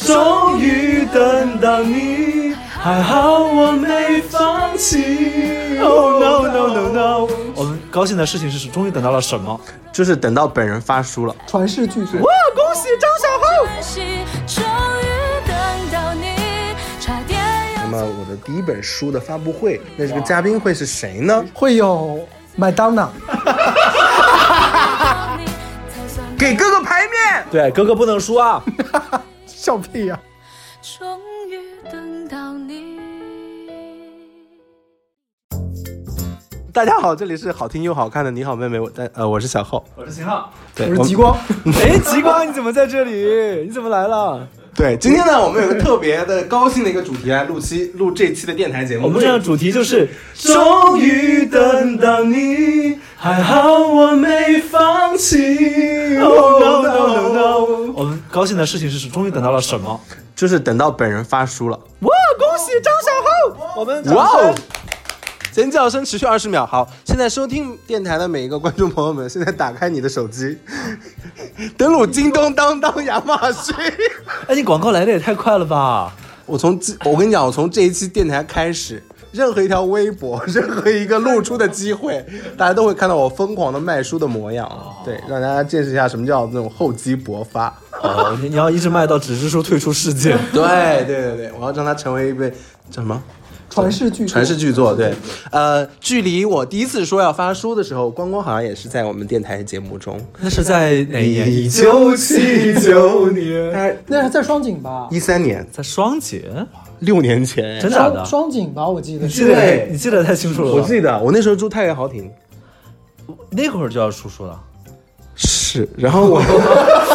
终于等到你，还好我没放弃。Oh no no no no！我们高兴的事情是，终于等到了什么？就是等到本人发书了。传世巨作。哇，恭喜张小厚！关系，终于等到你，差点要那么我的第一本书的发布会，那这个嘉宾会是谁呢？会有麦当娜，到你，才算给哥哥牌面。对，哥哥不能输啊！笑屁啊呀、终于等到你。大家好，这里是好听又好看的你好妹妹，我但呃我是小浩，我是秦昊。对，我是们极。光，哎，极光，你怎么在这里？你怎么来了？对，今天呢，我们有个特别的高兴的一个主题来录期录这期的电台节目。我们这样主题就是：终于等到你，还好我没放弃。Oh no no no no！我们高兴的事情是，终于等到了什么？就是等到本人发书了。哇，恭喜张小厚！我们掌声哇哦！尖叫声持续二十秒。好，现在收听电台的每一个观众朋友们，现在打开你的手机， 登录京东、当当、亚马逊。 哎，你广告来的也太快了吧！我从这我跟你讲，我从这一期电台开始，任何一条微博， 任何一个露出的机 会，大家都会看到我疯狂的卖书的模样。对，让大家见识一下什么叫那种厚积薄 发。哦，你你要一直卖到纸质书退出世界。对对对对，我要让它成为一位叫什么？传世巨作。传世巨作，对，呃，距离我第一次说要发书的时候，关关好像也是在我们电台节目中， 那是在哪一年？哎一九七九年，概那是在双井吧？哎一三年，在双节，六年前，真的假双的？双井吧，我记得记是。得你记得太清楚了吧。我记得我那时候住太原豪庭，那会儿就要出书了，是，然后 我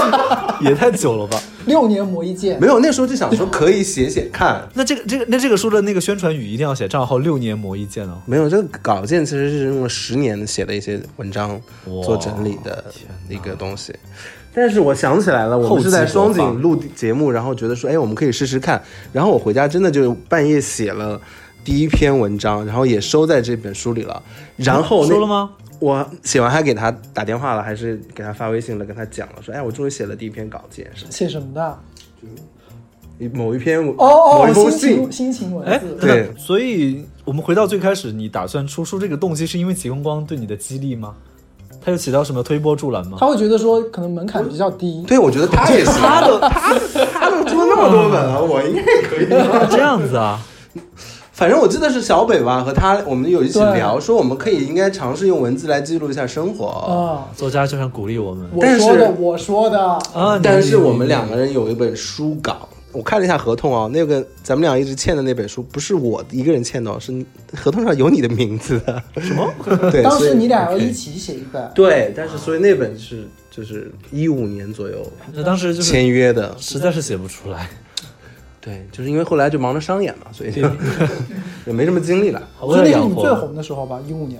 也太久了吧？六年磨一剑 没，有那时候就想说可以写写看， 那这个这个那这个书的那个宣传语一定要写账号六年磨一剑哦。没有这个稿件其实是用了十年写的一些文章哇做整理的一个东西。但是我想起来了，我们是在双厚积薄井录节目，然后觉得说，哎，我们可以试试看。然后我回家真的就半夜写了第一篇文章，然后也收在这本书里了。然后那说了？吗？我写完还给他打电话了，还是给他发微信了，跟他讲了，说，哎，我终于写了第一篇稿件，是写什么的？某一篇哦哦某一哦，封心信情，心情文哎，字。等等对所以我们回到最开始，你打算出书这个动机是因为极光光对你的激励吗？它有起到什么推波助澜吗？他会觉得说可能门槛比较低，对，我觉得他也是，他 都他他都出了那么多本了，我应该也可以。这样子啊，反正我记得是小北吧，和他我们有一起对聊，说我们可以应该尝试用文字来记录一下生活。啊，作家就想鼓励我们我但是说的，我说的，啊。你但是我们两个人有一本书稿，我看了一下合同啊，那个咱们俩一直欠的那本书，不是我一个人欠的哦，是合同上有你的名字的。什么？ 对，当所以时你俩要 OK 一起写一本，对，但是所以那本是就是一五年左右那当时就是签约的，实在是写不出来。对，就是因为后来就忙着商演嘛，所以就 也没什么精力了。为所以了那是养你活最红的时候吧，一五年。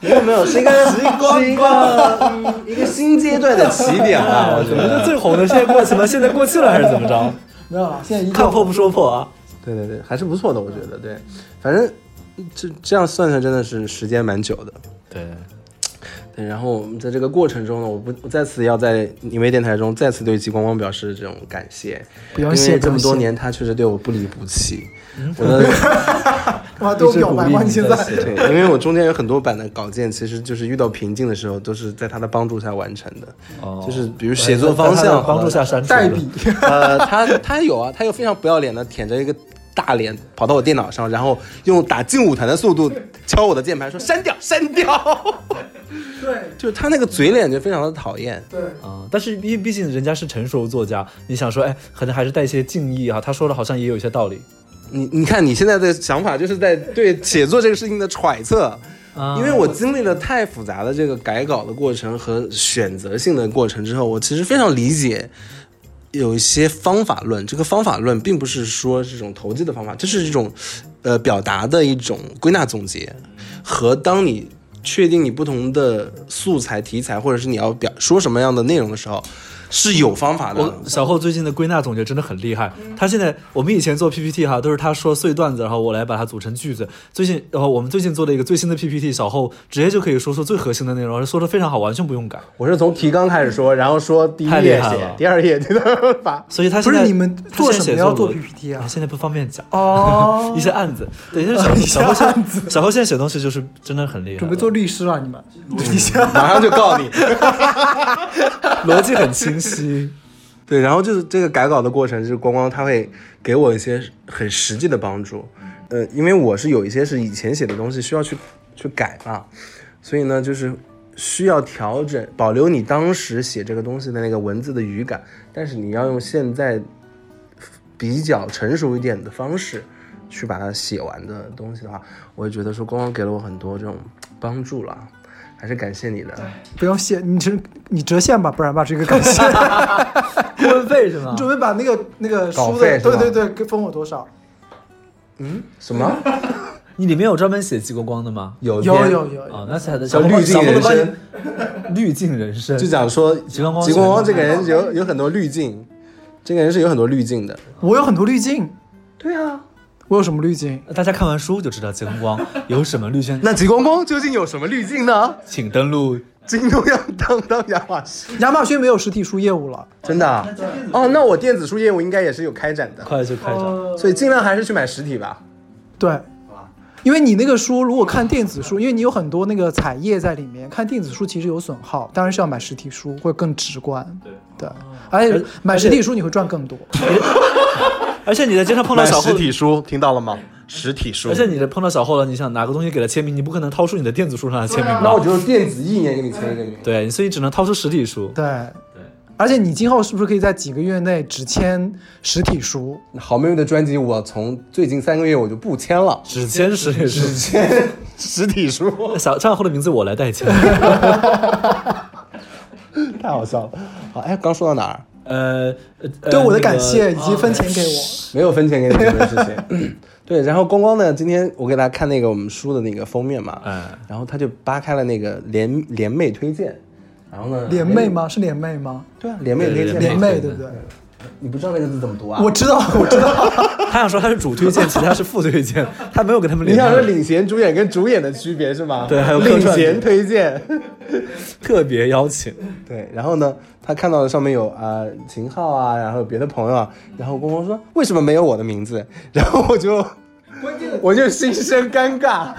没有没有，是一个是一个嗯一个新阶段的起点吧， 我觉怎么得就。最红的现在过去了？现在过气了还是怎么 着？没有了，现在一看破不说破啊！对对对，还是不错的，我觉得对，反正这这样算算真的是时间蛮久的。 对，对，然后我们在这个过程中呢，我不我再次要在你们电台中再次对极光光表示这种感谢，不要因谢为这么不要多谢年他确实对我不离不弃，我的。哇，都表白吗？你现在对，因为我中间有很多版的稿件，其实就是遇到瓶颈的时候，都是在他的帮助下完成的。哦就是比如写作方向帮助下删除了代笔，呃，他他有啊，他又非常不要脸的舔着一个大脸跑到我电脑上，然后用打劲舞台的速度敲我的键盘，说删掉，删掉。 对就是他那个嘴脸就非常的讨厌。对，啊、但是毕毕竟人家是成熟作家，你想说，哎，可能还是带一些敬意啊。他说的好像也有一些道理你你看你现在的想法，就是在对写作这个事情的揣测。啊因为我经历了太复杂的这个改稿的过程和选择性的过程之后，我其实非常理解有一些方法论。这个方法论并不是说这种投机的方法，这是一种呃表达的一种归纳总结，和当你确定你不同的素材题材或者是你要表说什么样的内容的时候，是有方法的我。小后最近的归纳总结真的很厉害，他现在我们以前做 PPT 哈，都是他说碎段子，然后我来把它组成句子。最近，然后我们最近做了一个最新的 PPT，小后直接就可以说出最核心的内容，而且说的非常好，完全不用改。我是从提纲开始说，然后说第一太厉页害写了，第二页就把所以他不现是在你们他做现在什写么要作做文 PPT 啊啊？现在不方便讲 哦一些案子，对，就是小小 后现在小后现在写东西就是真的很厉害了，准备做律师了，你们一下。马上就告你。 逻辑很清晰。 对，然后就是这个改稿的过程，就是光光他会给我一些很实际的帮助。呃，因为我是有一些是以前写的东西需要去去改嘛，所以呢，就是需要调整，保留你当时写这个东西的那个文字的语感，但是你要用现在比较成熟一点的方式去把它写完的东西的话，我就觉得说光光给了我很多这种帮助了，还是感谢你的。不用谢，你折你折现吧，不然把这个感谢。顾问费是吗 你准备把那个那个稿书费的，是吧对对对，给分我多少？什么？ 你里面有专门写激光光的吗？有有编有有，啊，那才叫滤镜人生。， 滤镜人生就讲说极光光极光光这个人有有很多滤镜，这个人是有很多滤镜的。我有很多滤镜，对啊，我有什么滤镜？大家看完书就知道激光光有什么滤镜，那极光光究竟有什么滤镜呢？请登录。京东要当当亚马逊，亚马逊没有实体书业务了，真的啊？哦，那我电子书业务应该也是有开展的，快就开展。所以尽量还是去买实体吧。对。因为你那个书，如果看电子书，因为你有很多那个彩页在里面，看电子书其实有损耗，当然是要买实体书会更直观。对对，而且买实体书你会赚更多。而且你在街上碰到小后，书，听到了吗？实体书而且你在碰到小后了，你想拿个东西给他签名，你不可能掏出你的电子书上来签名吧那我就是电子意念给你签一个名。对，所以只能掏出实体书。对而且你今后是不是可以在几个月内只签实体书？好妹妹的专辑，我从最近三个月我就不签了，只签实体书，签实体书。小账号的名字我来代签。 太好笑了。好，哎，刚说到哪儿？呃，呃对我的那个啊哦感谢以及分钱给我。没有分钱给你这件事情。 对，然后光光呢，今天我给大家看那个我们书的那个封面嘛，嗯然后他就扒开了那个联联袂推荐，然后呢，联袂？吗？是联袂吗？对啊，联袂推联荐，联袂袂对不对？你不知道那个字怎么读啊？我知道，我知道。 他想说他是主推荐，其他是副推荐，他没有给他们你连想麦。说领衔主演跟主演的区别是吗？对还有客领串衔推荐。特别邀请，对，然后呢，他看到了上面有啊、呃秦昊啊，然后有别的朋友啊，然后光光说为什么没有我的名字？ 然后我就，我就心生尴尬。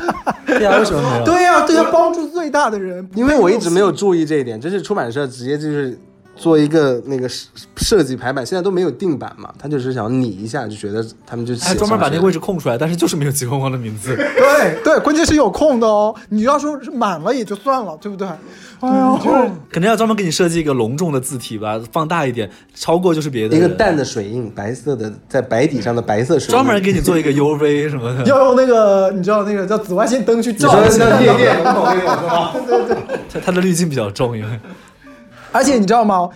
对 啊，为什么没有？对呀、对他帮助最大的人，因为我一直没有注意这一点，就是出版社直接就是做一个那个设设计排版，现在都没有定版嘛，他就是想拟一下，就觉得他们就写还专门把那个位置。置空出来，但是就是没有吉光光的名字。 对对，关键是有空的哦。你要说是满了也就算了，对不对？哎呦，肯定要专门给你设计一个隆重的字体吧，放大一点，超过就是别的一个人淡的水印，白色的，在白底上的白色水印， 专门给你做一个 UV 什么 的，要用那个你知道那个叫紫外线灯去你照说一下像夜店门口那种是吧？它它的滤镜比较重，因为而且你知道吗？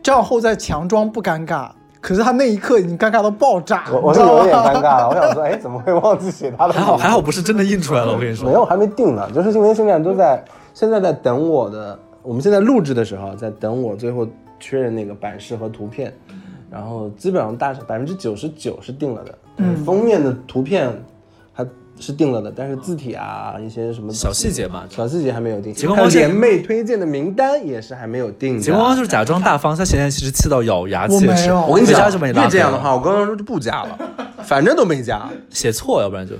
赵后在强装不尴尬，可是他那一刻已经尴尬到爆炸，我我你是知道有吗点尴尬了，我想说，哎，怎么会忘记写他的？还 好还好不是真的印出来了，我跟你没说。有，还没定呢，就是因为现在都在，现在在等我的，我们现在录制的时候在等我最后确认那个版式和图片，然后基本上大百分之九十九是定了的，嗯，封面的图片还是定了的，但是字体啊一些什么小细节嘛小细节还没有定，结婚还有方式联袂推荐的名单也是还没有定的。吉光光就是假装大方，他现在其实气到咬牙切我没齿。有我跟你回讲家就，没拉越黑这样的了话，我刚刚说就不加了，反正都没加。写错，要不然就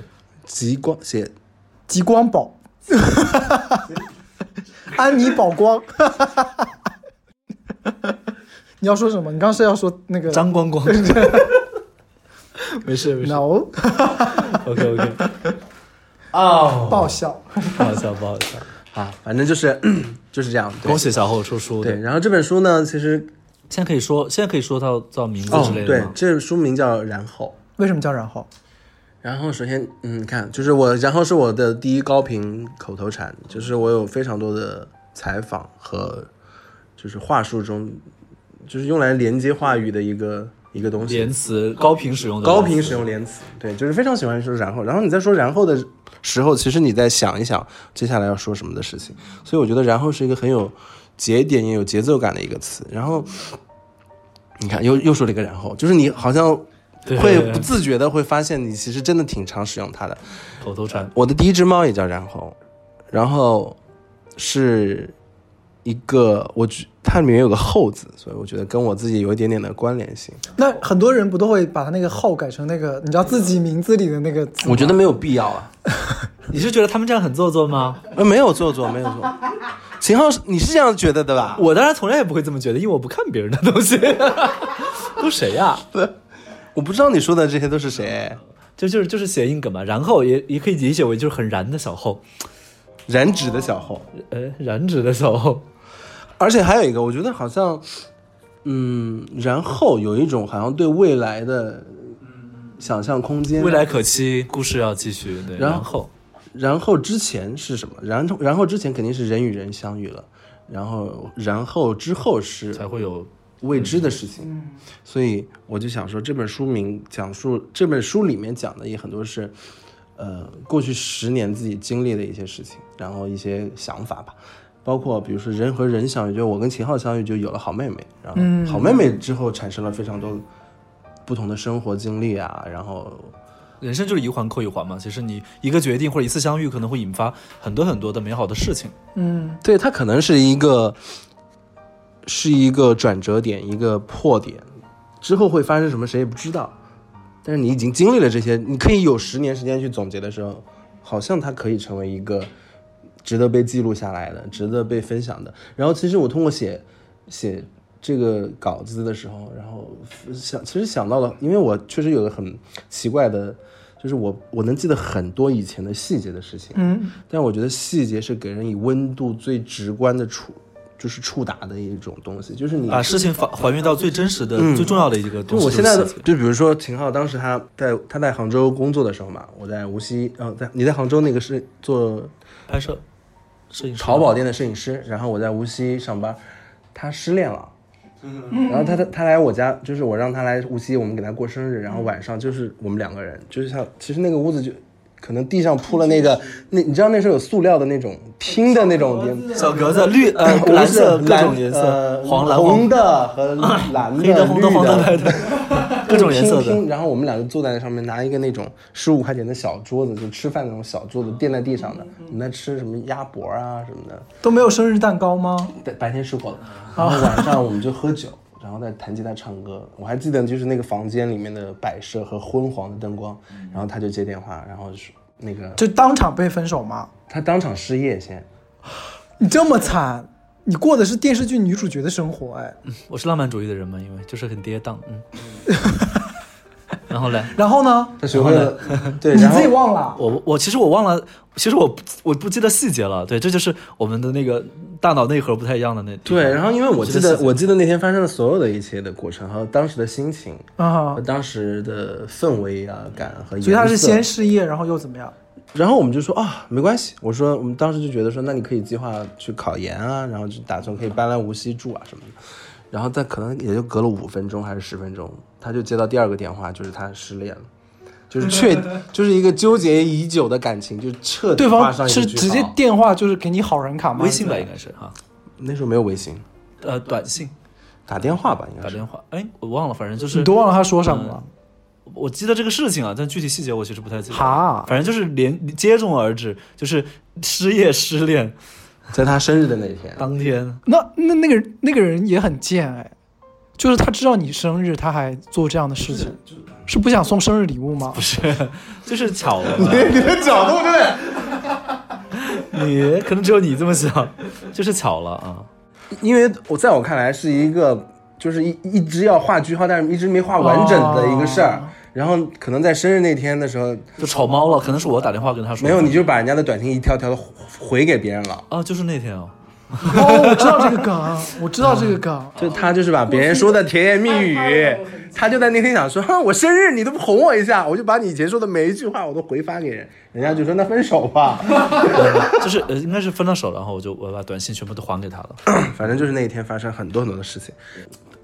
极光写极光宝，安妮宝光。你要说什么？你刚是要说那个张光光。 没事没事 no ，OK OK， 爆笑？不好笑不好笑。啊，反正就是 就是这样。对恭喜小后出书，对，，然后这本书呢，其实现在可以说现在可以说到到名字之类的哦对吗，？这书名叫《然后》。为什么叫然后？然后首先，嗯，看，就是我，然后是我的第一高频口头禅，就是我有非常多的采访和就是话术中，就是用来连接话语的一个一个东西。连词高频使用的高连词频使用连词，对，就是非常喜欢说然后，然后你在说然后的时候，其实你在想一想接下来要说什么的事情，所以我觉得然后是一个很有节点也有节奏感的一个词。然后你看，又又说了一个然后，就是你好像 对会不自觉的会发现，你其实真的挺常使用它的。口头禅，我的第一只猫也叫然后，然后是一个我觉它里面有个后字，所以我觉得跟我自己有一点点的关联性。那很多人不都会把他那个号改成那个，你知道自己名字里的那个字吗？我觉得没有必要啊，你是觉得他们这样很做作吗？呃，没有做作，没有做作。秦昊是，你是这样觉得的吧？我当然从来也不会这么觉得，因为我不看别人的东 西。都谁啊呀、我不知道你说的这些都是谁，这就是就是谐音梗嘛。然后也也可以理解为就是很燃的小后，染指的小后。呃，燃脂的小后。而且还有一个，我觉得好像，嗯，然后有一种好像对未来的想象空间。未来，可期，故事要继续。对，然然后然后之前是什么？然后然后之前肯定是人与人相遇了，然后然后之后是才会有未知的事情。所以我就想说，这本书名讲述这本书里面讲的也很多是，呃，过去十年自己经历的一些事情，然后一些想法吧。包括比如说人和人相遇，就我跟秦昊相遇就有了好妹妹，然嗯后好妹妹之后产生了非常多不同的生活经历啊，然后人生就是一环扣一环嘛。其实你一个决定或者一次相遇，可能会引发很多很多的美好的事情。嗯，对，它可能是一个是一个转折点，一个破点，之后会发生什么谁也不知道。但是你已经经历了这些，你可以有十年时间去总结的时候，好像它可以成为一个值得被记录下来的、值得被分享的。然后其实我通过写写这个稿子的时候，然后想其实想到了，因为我确实有个很奇怪的，就是我我能记得很多以前的细节的事情，嗯，但我觉得细节是给人以温度最直观的触，就是触达的一种东西，就是你把事情还还原到最真实的、嗯最重要的一个就东西。我现在的就是细节，就比如说秦昊，当时他在他在杭州工作的时候嘛，我在无锡，呃，在你在杭州那个是做拍摄摄影师淘宝店的摄影师，然后我在无锡上班，他失恋了，嗯然后他他他来我家，就是我让他来无锡，我们给他过生日，然后晚上就是我们两个人，就是像其实那个屋子就。可能地上铺了那个，那你知道那时候有塑料的那种拼的那种小格子绿呃不是蓝色各蓝种颜色呃，黄蓝红黄的和蓝的、黑的、红的、绿黄的、白的， 各种颜色拼的。拼然后我们俩就坐在那上面，拿一个那种十五块钱的小桌子，就吃饭那种小桌子垫在地上的。我们在吃什么鸭脖啊什么的，都没有生日蛋糕吗？对白天吃过了，然后晚上我们就喝酒，然后再弹吉他唱歌。我还记得就是那个房间里面的摆设和昏黄的灯光，然后他就接电话，然后是那个就当场被分手吗？他当场失业先。你这么惨，你过的是电视剧女主角的生活哎。我是浪漫主义的人嘛，因为就是很跌宕，嗯。 然后嘞，然后呢？他学会了，对，你然后自己忘了。我我其实我忘了，其实我不我不记得细节了。对，这就是我们的那个大脑内核不太一样的那地方对，然后因为我记这个得细节我记得那天发生的所有的一切的过程，还有当时的心情啊和、当时的氛围啊感和颜色。所以他是先失业，然后又怎么样？然后我们就说啊，没关系。我说我们当时就觉得说，那你可以计划去考研啊，然后就打算可以搬来无锡住啊什么的。然后但可能也就隔了五分钟还是十分钟，他就接到第二个电话，就是他失恋了，就是 确就是一个纠结已久的感情，就彻底对画方上一是句直接号电话就是给你好人卡吗？微信吧，应该是哈，那时候没有微信，呃，短信打电话吧应该打是。电话，哎，我忘了，反正就是你都忘了他说什么了。我记得这个事情啊，但具体细节我其实不太记得。哈反正就是连接踵而至，就是失业、失恋在他生日的那一天，当天， 那那那个那个人也很贱哎，就是他知道你生日，他还做这样的事情，是不想送生日礼物吗？就是巧了。 你的角度对，你可能只有你这么想，就是巧了啊。因为我在我看来是一个，就是一一直要画句号，但是一直没画完整的一个事儿。然后可能在生日那天的时候，就吵猫了，可能是我打电话跟他说的。没有你就把人家的短信一条条的回给别人了。啊，就是那天哦，哦，我知道这个梗，我知道这个梗。就他就是把别人说的甜言蜜语，他就在那天想说，哼，我生日你都不哄我一下，我就把你以前说的每一句话我都回发给人，人家就说那分手吧。就是呃，应该是分了手，然后我就我把短信全部都还给他了。反正就是那一天发生很多很多的事情，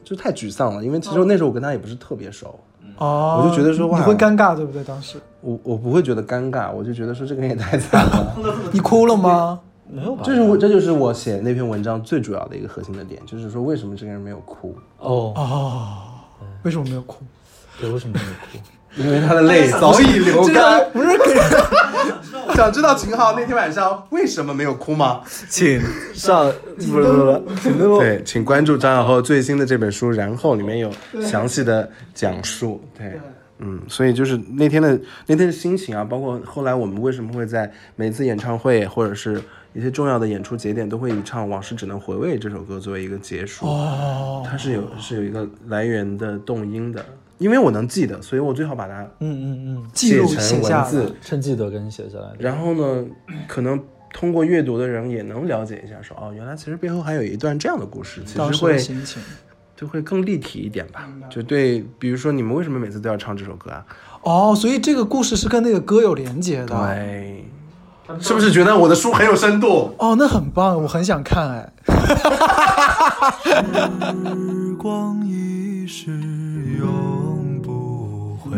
就太沮丧了，因为其实那时候我跟他也不是特别熟，哦，我就觉得说哇你会尴尬对不对？当时我我不会觉得尴尬，我就觉得说这个人也太惨了。你哭了吗？没有吧？这是我，这就是我写那篇文章最主要的一个核心的点，就是说为什么这个人没有哭，哦，哦，为什么没有哭？对，为什么没有哭？因为他的泪早已流这干。个不是给 想知道秦昊那天晚上为什么没有哭 吗？请上不 是不啊是不是，请那个对，请关注张小厚最新的这本书，然后里面有详细的讲述。对，嗯，所以就是那天的那天的心情啊，包括后来我们为什么会在每次演唱会或者是一些重要的演出节点，都会以唱《往事只能回味》这首歌作为一个结束。哦，它是有是有一个来源的动因的，因为我能记得，所以我最好把它嗯嗯嗯，记写录成写文下来。字。趁记得赶紧写下来。然后呢， 可能通过阅读的人也能了解一下说，哦，原来其实背后还有一段这样的故事，其当实时的会心情。就会更立体一点吧。就对，比如说你们为什么每次都要唱这首歌啊？哦，所以这个故事是跟那个歌有连接的。对，是不是觉得我的书很有深度？哦，那很棒，我很想看哎。时光一逝永不回，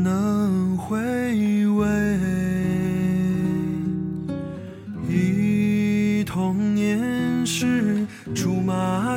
能回味。忆童年时竹马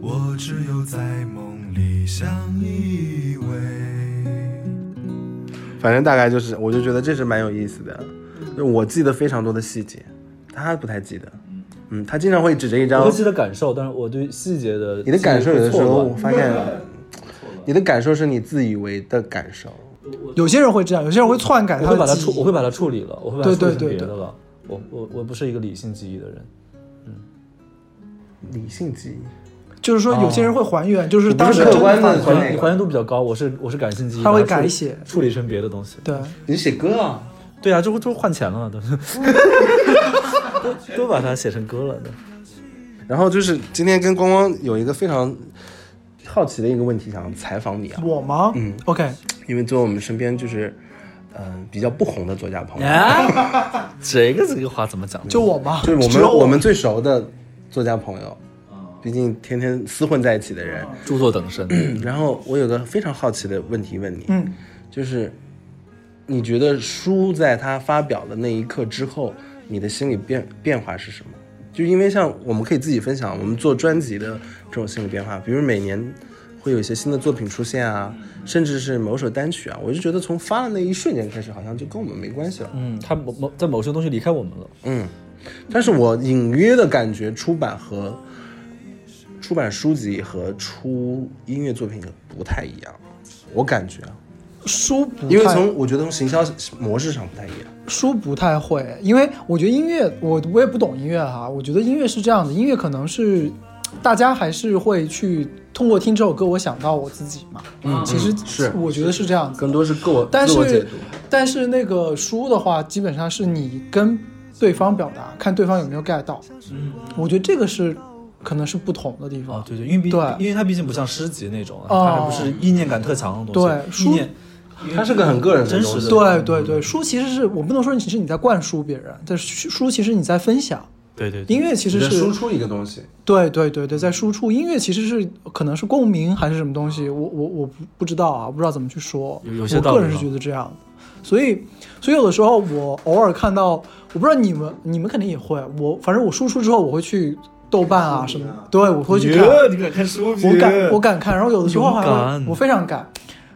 我只有在梦里相依偎。反正大概就是，我就觉得这是蛮有意思的。嗯就我记得非常多的细节，他不太记得。嗯，他经常会指着一我张会记得感受，但是我对细节的你的感受，有的时候我错发现，你的感受是你自以为的感受。有些人会这样，有些人会篡改乱，我会把哎他它的记处，我忆。会把它处理了，我会把它对处对理成对别对的了。我我我不是一个理性记忆的人，理性记忆，就是说，有些人会还原，就是你不当时是客真观的的犯还罪原你还原度比较高，我是我是感性记忆，他会把它处理改写处理成别的东西。对，你写歌啊？对啊，就就换钱了，都是都都把它写成歌 了的。然后就是今天跟光光有一个非常好奇的一个问题，想采访你啊，我吗？嗯，OK，因为作为我们身边就是，嗯、比较不红的作家朋友，啊，这个这个话怎么讲？就我吗？就是我只们有我啊们最熟的作家朋友，毕竟天天厮混在一起的人。著作等身， 然后我有个非常好奇的问题问你，嗯，就是你觉得书在它发表的那一刻之后，你的心理变变化是什么？就因为像我们可以自己分享，我们做专辑的这种心理变化，比如每年会有一些新的作品出现啊，甚至是某首单曲啊，我就觉得从发的那一瞬间开始，好像就跟我们没关系了。嗯，他某某在某些东西离开我们了。嗯，但是我隐约的感觉，出版和出版书籍和出音乐作品不太一样，我感觉啊，书不太，因为从我觉得从行销模式上不太一样。书不太会，因为我觉得音乐，我我也不懂音乐哈。我觉得音乐是这样的，音乐可能是大家还是会去通过听这首歌，我想到我自己嘛。嗯，其实是我觉得是这样子。更多是个我但自我解是读。但是那个书的话，基本上是你跟对方表达，看对方有没有 get 到。嗯，我觉得这个是可能是不同的地方。哦，对对，因为毕对因为它毕竟不像诗集那种，哦它还不是意念感特强的东对西。意书念，它是个很个人的真东实西的，对对对，书其实是我不能说你其实你在灌输别人，但是书其实你在分享。对对对音乐其实你在是输出一个东西。对对对对，在输出音乐其实是可能是共鸣还是什么东西，我我我不不知道啊，我不知道怎么去说。有有些我道理啊个人是吧觉得这样的，所以所以有的时候我偶尔看到，我不知道你们你们肯定也会，我反正我输出之后我会去豆瓣啊什么，对我会去看。你敢看书我敢，我敢看，然后有的时候还勇敢会，我非常敢，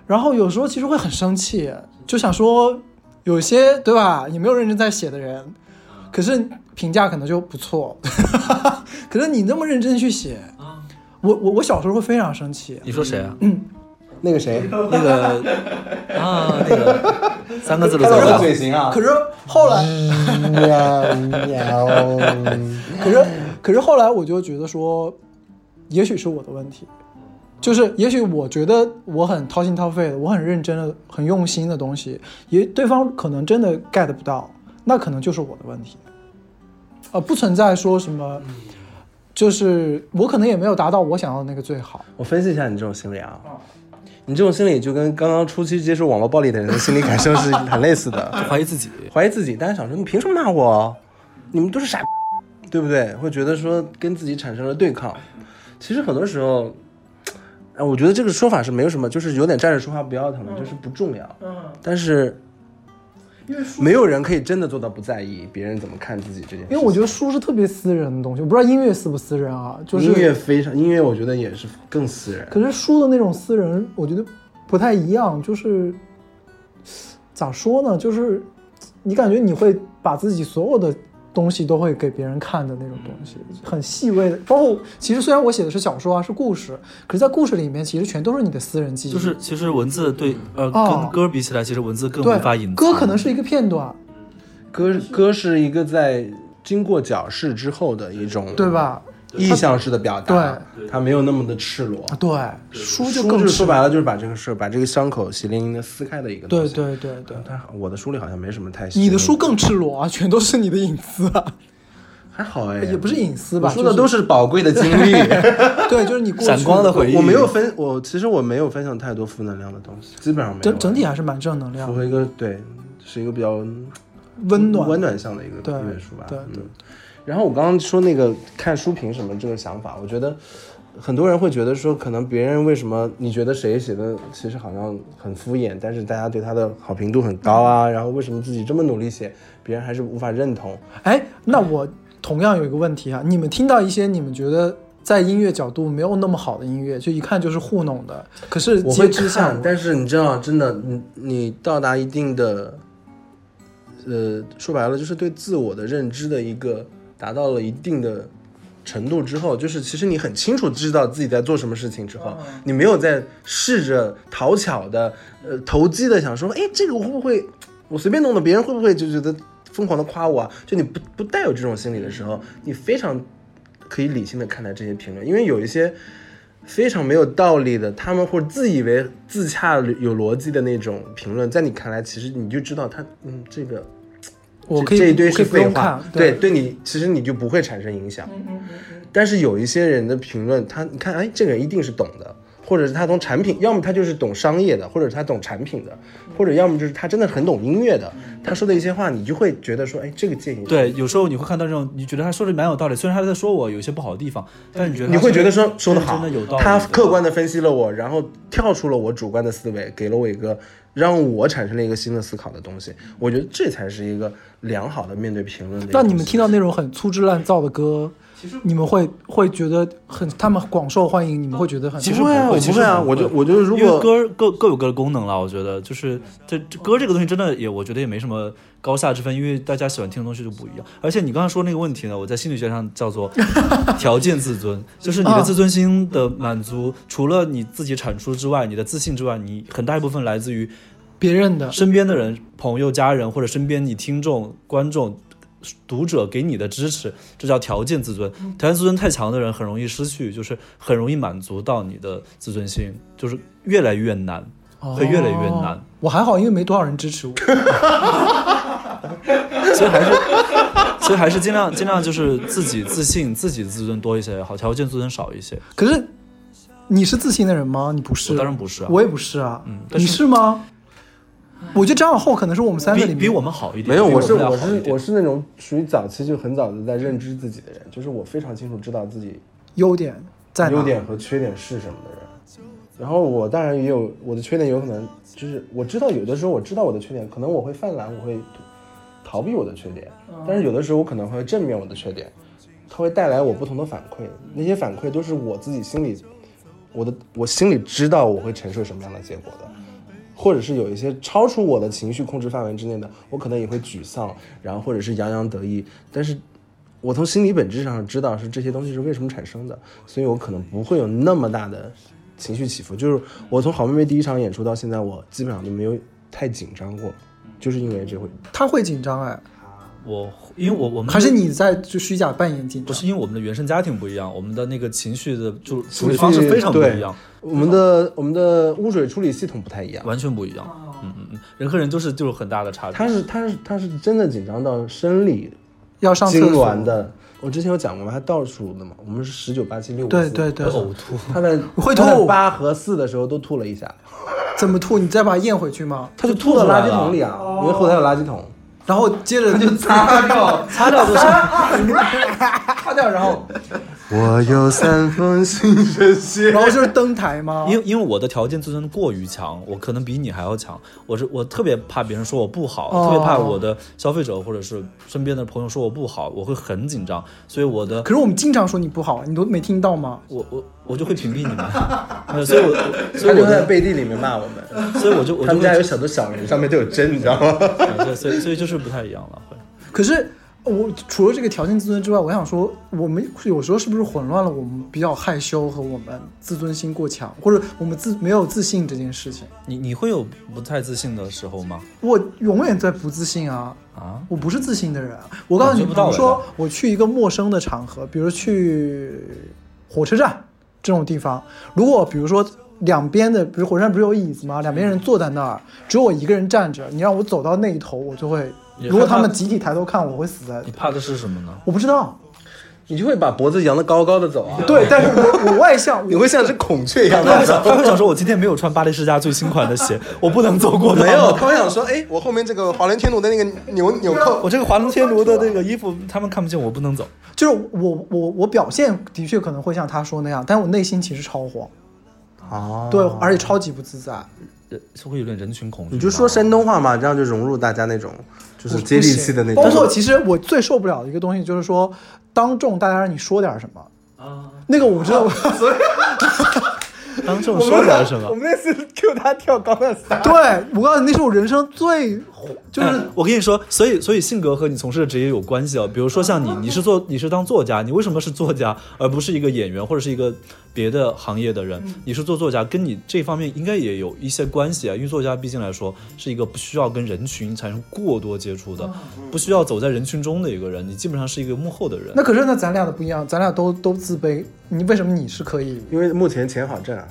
然后有时候其实会很生气，就想说有些对吧，也没有认真在写的人，可是评价可能就不错， 可是你那么认真去写，我我我小时候会非常生气，你说谁啊？那个谁， 那个啊，那个三个字的看到我的词嘴型啊可，是后来，喵喵，可是可是后来我就觉得说，也许是我的问题，就是也许我觉得我很掏心掏肺的，我很认真的、很用心的东西，也对方可能真的 get 不到，那可能就是我的问题，呃，不存在说什么，嗯就是我可能也没有达到我想要的那个最好。我分析一下你这种心理啊，你这种心理就跟刚刚初期接触网络暴力的人的心理感受是很类似的。怀疑自己。怀疑自己，但是想说你凭什么骂我？你们都是傻，对不对？会觉得说跟自己产生了对抗。其实很多时候，啊，我觉得这个说法是没有什么，就是有点站着说话不腰疼的，就是不重要。嗯，但是因为没有人可以真的做到不在意别人怎么看自己这件事情。因为我觉得书是特别私人的东西，我不知道音乐私不私人啊，就是音乐非常，音乐我觉得也是更私人。可是书的那种私人，我觉得不太一样，就是咋说呢？就是你感觉你会把自己所有的东西都会给别人看的那种东西，很细微的。包括其实虽然我写的是小说啊，是故事，可是在故事里面其实全都是你的私人记忆，就是其实文字对呃、哦跟歌比起来，其实文字更对无法隐藏。歌可能是一个片段，歌歌是一个在经过矫饰之后的一种，对？吧？意象式的表达，对对，它没有那么的赤裸。对，书就书更就是是说白了就是把这个事儿，把这个伤口血淋淋的撕开的一个东对西。对对对。但我的书里好像没什么太细。你的书更赤裸啊，全都是你的隐私啊，还好哎， 也不是隐私我吧？说的都是宝贵的经历，就是对，就是你过去闪光的回忆。 我没有分，我其实我没有分享太多负能量的东西，基本上没有。整整体还是蛮正能符量的，合一个对，是一个比较温暖温暖向的一个对音乐书吧。对对嗯。然后我刚刚说那个看书评什么这个想法，我觉得很多人会觉得说，可能别人为什么你觉得谁写的其实好像很敷衍，但是大家对他的好评度很高啊，然后为什么自己这么努力写，别人还是无法认同？哎，那我同样有一个问题啊，你们听到一些你们觉得在音乐角度没有那么好的音乐，就一看就是糊弄的，可是我接会之看下，，但是你知道，真的，你你到达一定的，呃，说白了就是对自我的认知的一个达到了一定的程度之后，就是其实你很清楚知道自己在做什么事情之嗯后，你没有在试着讨巧的，呃，投机的想说，哎，这个我会不会，我随便弄的，别人会不会就觉得疯狂的夸我啊？就你不不带有这种心理的时候，你非常可以理性的看待这些评论，因为有一些。非常没有道理的，他们或者自以为自洽有逻辑的那种评论，在你看来，其实你就知道他，嗯，这个我这可以这一堆我可是以不废用话看，，对，对你其实你就不会产生影响。但是有一些人的评论，他你看，哎，这个人一定是懂的，或者是他从产品，要么他就是懂商业的，或者是他懂产品的，或者要么就是他真的很懂音乐的，他说的一些话，你就会觉得说，哎，这个建议，，对，有时候你会看到这种，你觉得他说的蛮有道理，虽然他在说我有些不好的地方，但你觉得你他会觉得是说说的好，真的有道理，他对吧客观的分析了我，然后跳出了我主观的思维，给了我一个让我产生了一个新的思考的东西。我觉得这才是一个良好的面对评论的一个那东西。你们听到那种很粗制滥造的歌，你们会会觉得很他们广受欢迎，你们会觉得很其实不会啊，不会我其不实会啊，不我就会我觉得如因为果歌各各有各的功能了，我觉得就是这这歌这个东西真的也，我觉得也没什么高下之分，因为大家喜欢听的东西就不一样。而且你刚刚说那个问题呢，我在心理学上叫 做条件自尊，就是你嗯的自尊心的满足，除了你自己产出之外，你的自信之外，你很大一部分来自于别人的。身边的人、朋友、家人，或者身边你听众、观众、读者给你的支持，这叫条件自尊。条件自尊太强的人，很容易失去，就是很容易满足到你的自尊心，就是越来越难，会越来越难。哦我还好，因为没多少人支持我。所以还是，所以还是尽量尽量就是自己自信、自己自尊多一些也好，条件自尊少一些。可是你是自信的人吗？你不是？我当然不是啊我也不是啊。嗯但你是是吗？我觉得张小厚可能是我们三个比里面比我们好一点，没有，比我我是们俩我好一是点我是那种属于早期就很早的在认知自己的人，就是我非常清楚知道自己优点在哪？优点和缺点是什么的人。然后我当然也有我的缺点，有可能就是我知道有的时候我知道我的缺点，可能我会犯懒，我会逃避我的缺点，嗯但是有的时候我可能会正面我的缺点，它会带来我不同的反馈，那些反馈都是我自己心里，我的我心里知道我会承受什么样的结果的。或者是有一些超出我的情绪控制范围之内的，我可能也会沮丧，然后或者是洋洋得意。但是，我从心理本质上知道是这些东西是为什么产生的，所以我可能不会有那么大的情绪起伏。就是我从好妹妹第一场演出到现在，我基本上都没有太紧张过，就是因为这回他会紧张哎，我因为我我们还是你在就虚假扮演紧嗯不张？是因为我们的原生家庭不一样，我们的那个情绪的就处理情绪方式非常不对一样，我们的我们的污水处理系统不太一样。完全不一样。哦嗯嗯嗯，人和人就是就是很大的差他别。是他是他是真的紧张到生理要上厕痉所挛，的。我之前有讲过嘛，他倒数的嘛，我们是十九八七六五对对对，呕吐，他在 会他在吐八和四的时候都吐了一下，怎么吐？你再把它咽回去吗？他就吐到垃圾桶里啊，因为后台有垃圾桶。然后接着他就擦掉，擦掉就是，擦掉，然后我有三封信这些。然后就是登台哦吗？因为因为我的条件自身过于强，我可能比你还要强。我是我特别怕别人说我不好，哦特别怕我的消费者或者是身边的朋友说我不好，我会很紧张。所以我的可是我们经常说你不好，你都没听到吗？我我我就会屏蔽你 们，没有所以我我所他以就我在的背地里面骂我们，所以我就我他就们家有会小多小人，上面都有针，你知道吗？对，所以所以就是不太一样了，会。可是呃我除了这个条件自尊之外，我想说，我们有时候是不是混乱了我们比较害羞和我们自尊心过强，或者我们自没有自信这件事情？你你会有不太自信的时候吗？我永远在不自信啊。啊，我不是自信的人，我告诉感你，觉比不到如了说我去一个陌生的场合，比如去火车站这种地方，如果比如说两边的，比如火车站不是有椅子吗？两边人坐在那儿，只有我一个人站着，你让我走到那一头，我就会，你如果害他怕们集体抬头看，我会死在你。怕的是什么 呢？我不知道， 你就会把脖子扬得高高的走啊，对，但是我我外 向，你我会像只孔雀一样他的会想，他会想说，我今天没有穿巴黎世家最新款的鞋，我不能走过它。 没有， 他会想说，哎，我后面这个华伦天奴的那个纽纽扣，我这个华伦天奴的那个衣服，他们看不见，我不能走。就是我我我表现的确可能会像他说那样，但我内心其实超慌，啊，对，哦而且超级不自在。呃是会有点人群恐惧。你就说，山东话嘛，这样就融入大家那种就是接地气的那种。包括其实我最受不了的一个东西就是说，当众大家让你说点什么啊，那个我知道，当众说点什我么？们那次 Q 他跳高的伞， 对我告诉你，那是我人生最就是哎我跟你说，所以所以性格和你从事的职业有关系啊。比如说像嗯你，你是做你是当作家，你为什么是作家而不是一个演员或者是一个别的行业的嗯人？你是做作家，跟你这方面应该也有一些关系啊。因为作家毕竟来说是一个不需要跟人群产生过多接触的，嗯不需要走在人群中的一个人，你基本上是一个幕后的人。那可是那咱俩的不一样，咱俩都都自卑，你为什么你是可以？因为目前钱好挣啊。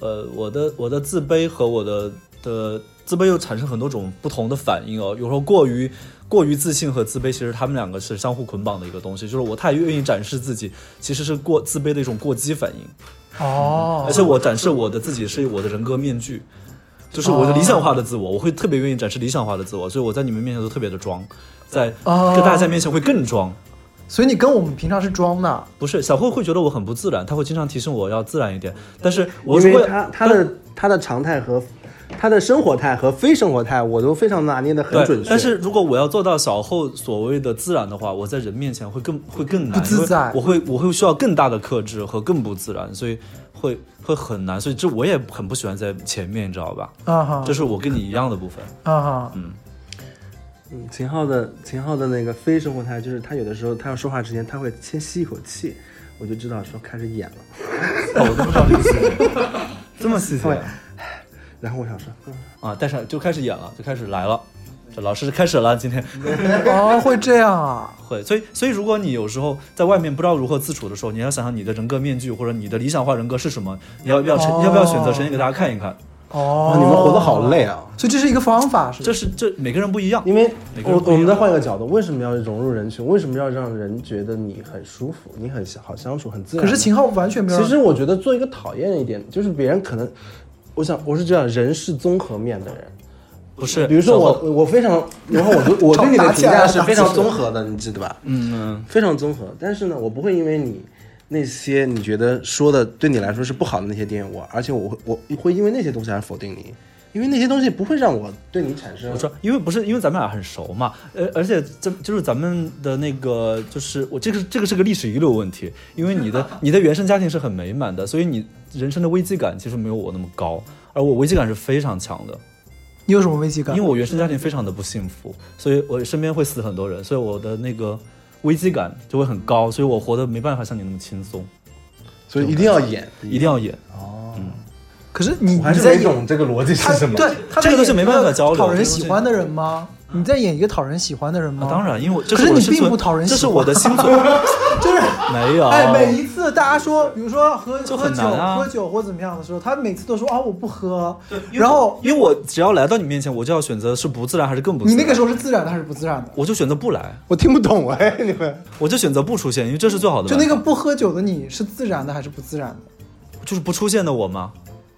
呃，我的我的自卑和我的的自卑又产生很多种不同的反应哦。有时候过于过于自信和自卑，其实他们两个是相互捆绑的一个东西。就是我太愿意展示自己，其实是过自卑的一种过激反应。哦而且我展示我的自己是我的人格面具，就是我的理想化的自我，我会特别愿意展示理想化的自我，所以我在你们面前都特别的装，在哦跟大家面前会更装。所以你跟我们平常是装的，不是小慧会觉得我很不自然，她会经常提醒我要自然一点。但是我因如为果他他的他的常态和他的生活态和非生活态，我都非常拿捏的很对，准确。但是如果我要做到小后所谓的自然的话，我在人面前会更会更难，不自在因为我会我会需要更大的克制和更不自然，所以会会很难。所以这我也很不喜欢在前面，你知道吧？啊哈，这是我跟你一样的部分。啊哈，嗯秦昊的秦昊的那个非生活态，就是他有的时候他要说话之前，他会先吸一口气，我就知道说开始演了。哦，我都不知道这个细节， 这么细节然后我想说，嗯啊！但是就开始演了，就开始来了。这老师开始了，今天 哦，会这样啊，会，所以所以如果你有时候在外面不知道如何自处的时候，你要想想你的人格面具或者你的理想化人格是什么，你要不要呈、要不要选择呈现给大家看一看？哦哇，，啊你们活得好，累啊！所以这是一个方法，是吧这是这每个人不一样，因为每个人我不一样啊我们再换一个角度，为什么要融入人群？为什么要让人觉得你很舒服，你很好相处，很自然可呢？是秦昊完全没有其让，实我觉得做一个讨厌一点，就是别人可能，我想我是这样，人是综合面的人。不是？ 比如说小我后，我非常，然后我对我对你的打评起来价了是打非起来常了综合的，你记得吧？嗯嗯。非常综合。但是呢，我不会因为你那些你觉得说的对你来说是不好的那些点，我而且我会我会因为那些东西而否定你，因为那些东西不会让我对你产生我。说，因为不是因为咱们俩很熟嘛，呃，而且这就是咱们的那个，就是我这个这个是个历史遗留问题，因为你的你的原生家庭是很美满的，所以你人生的危机感其实没有我那么高，而我危机感是非常强的，你有什么危机感？因为我原生家庭非常的不幸福，所以我身边会死很多人，所以我的那个危机感就会很高，所以我活得没办法像你那么轻松。所以一定要演，一定要演。可是你我还你是在没演懂这个逻辑是他什么。对，他在这个演是没一个办法交流讨这人个喜是欢的人吗？你在演一个讨人喜欢的人吗？啊当，然，因为这哦可是我的你生并不存，讨人喜这欢，是我的心 存，就是没有。哎，每一次大家说，比如说喝啊就喝很酒、难啊喝酒或怎么样的时候，他每次都说啊我不喝，然后因为我只要来到你面前，我就要选择是不自然还是更不自你然。那个时候候是自然的还是不自然的？我就选择不来，我听不懂哎，你们我就选择不出现，因为这是最好的就办法。那个不喝酒的你是自然的还是不自然的？就是不出现的我吗？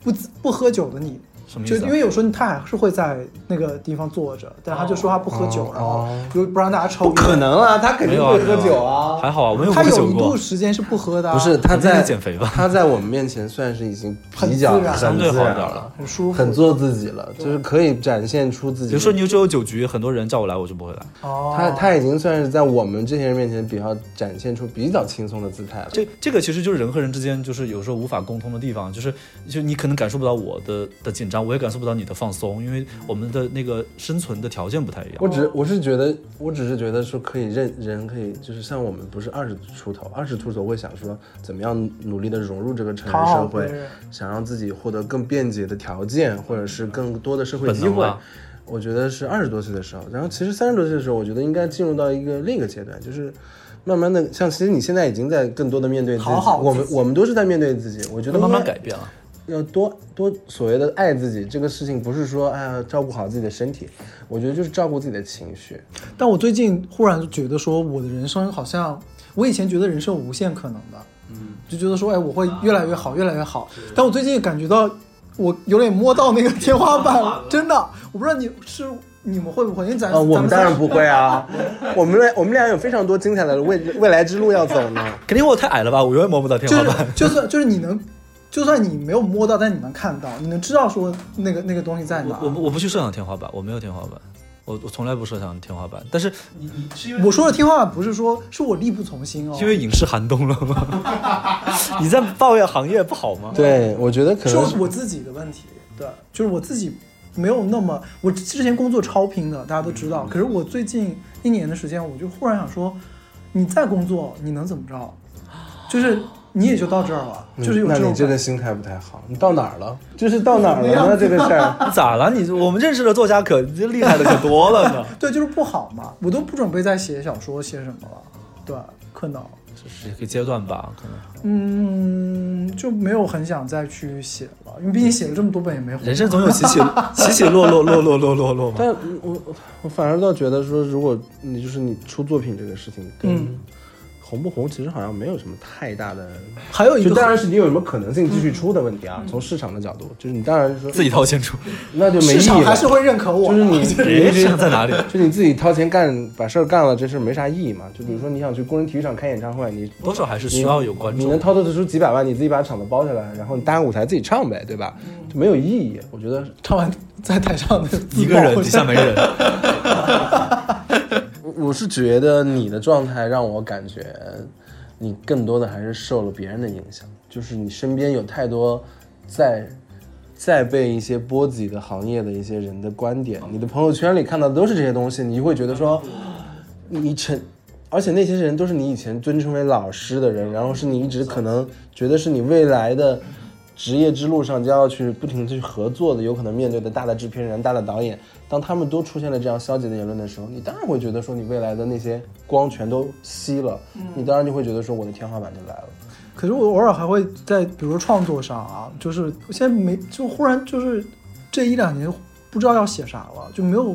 不自不喝酒的你，什么意就思啊？因为有时候他还是会在那个地方坐着，但他就说他不喝哦酒，然后又不让大家抽烟。可能啊，他肯没定有会喝没有酒啊。还好啊，我没有他喝有酒一过度。时间是不喝的啊、不是他我今天在减肥吧他在我们面前算是已经比较很自然很相对自好一然点了，很舒服，很做自己了，就是可以展现出自己。比如说，你只有酒局，很多人叫我来，我就不会来。哦，他他已经算是在我们这些人面前比较展现出比较轻松的姿态了。这这个其实就是人和人之间，就是有时候无法沟通的地方，就是就你可能感受不到我的的紧张，我也感受不到你的放松，因为我们的那个生存的条件不太一样。我只我是觉得，我只是觉得说可以认人可以，就是像我们不是二十出头，二十出头会想说怎么样努力的融入这个成人讨好社别会人，想让自己获得更便捷的条件，或者是更多的社会本能机会吧。我觉得是二十多岁的时候，然后其实三十多岁的时候，我觉得应该进入到一个另一个阶段，就是慢慢的，像其实你现在已经在更多的面对自己，讨好我们自己我们都是在面对自己，我觉得慢慢应该改变了，要多多所谓的爱自己这个事情，不是说哎呀照顾好自己的身体，我觉得就是照顾自己的情绪。但我最近忽然就觉得说，我的人生好像，我以前觉得人生有无限可能的，嗯，就觉得说，哎，我啊会越来越好，越来越好。但我最近感觉到，我有点摸到那个天花 板了，真的，我不知道你是你们会不会，因为咱、啊，我们咱当然们不会啊， 我们俩我们俩有非常多精彩的未未来之路要走呢。肯定我太矮了吧，我永远摸不到天就花是板。就算就是你能，就算你没有摸到，但你能看到，你能知道说那个那个东西在哪。我我我不去设想天花板，我没有天花板，我我从来不设想天花板。但是我说的天花板不是说是我力不从心哦，因为影视寒冬了吗？ 你在抱怨行业不好吗？ 对，我觉得可是能是嗯我自己的问题，对，就是我自己没有那么，我之前工作超拼的，大家都知嗯道。可是我最近一年的时间，我就忽然想说，你再工作，你能怎么着？就是你也就到这儿了，就是有嗯那这种你这感个觉。心态不太好。你到哪儿了？就是到哪儿了呢？这个事 儿，咋了？你我们认识的作家可这厉害的可多了 呢。对，就是不好嘛，我都不准备再写小说，写什么了，对，可能，这是一个阶段吧，可能嗯，就没有很想再去写了，因为毕竟写了这么多本也没红人。生总有起起起起落落落落落落落嘛。但我我反而倒觉得说，如果你就是你出作品这个事情，跟嗯红不红其实好像没有什么太大的。还有一就个当很然是你有什么可能性继续出的问题啊，从市场的角度，就是你当然说自己掏钱出，那就没市意场义还了，是会认可我就的，是你哎，市场在哪里？就你自己掏钱干，把事儿干了，这事儿没啥意义嘛。就比如说你想去工人体育场开演唱会，你多少还是需要有观你能众。掏得出几百万，你自己把场子包下来，然后你搭个舞台自己唱呗，对吧？就没有意义。我觉得唱完在台上的一个人，底下下没人。我是觉得你的状态让我感觉，你更多的还是受了别人的影响，就是你身边有太多在在被一些波及的行业的一些人的观点，你的朋友圈里看到的都是这些东西，你就会觉得说，你成。而且那些人都是你以前尊称为老师的人，然后是你一直可能觉得是你未来的职业之路上就要去不停地去合作的，有可能面对的大的制片人、大的导演，当他们都出现了这样消极的言论的时候，你当然会觉得说你未来的那些光全都熄了，嗯你当然就会觉得说我的天花板就来了。可是我偶尔还会在，比如说创作上啊，就是我现在没，就忽然就是这一两年不知道要写啥了，就没有，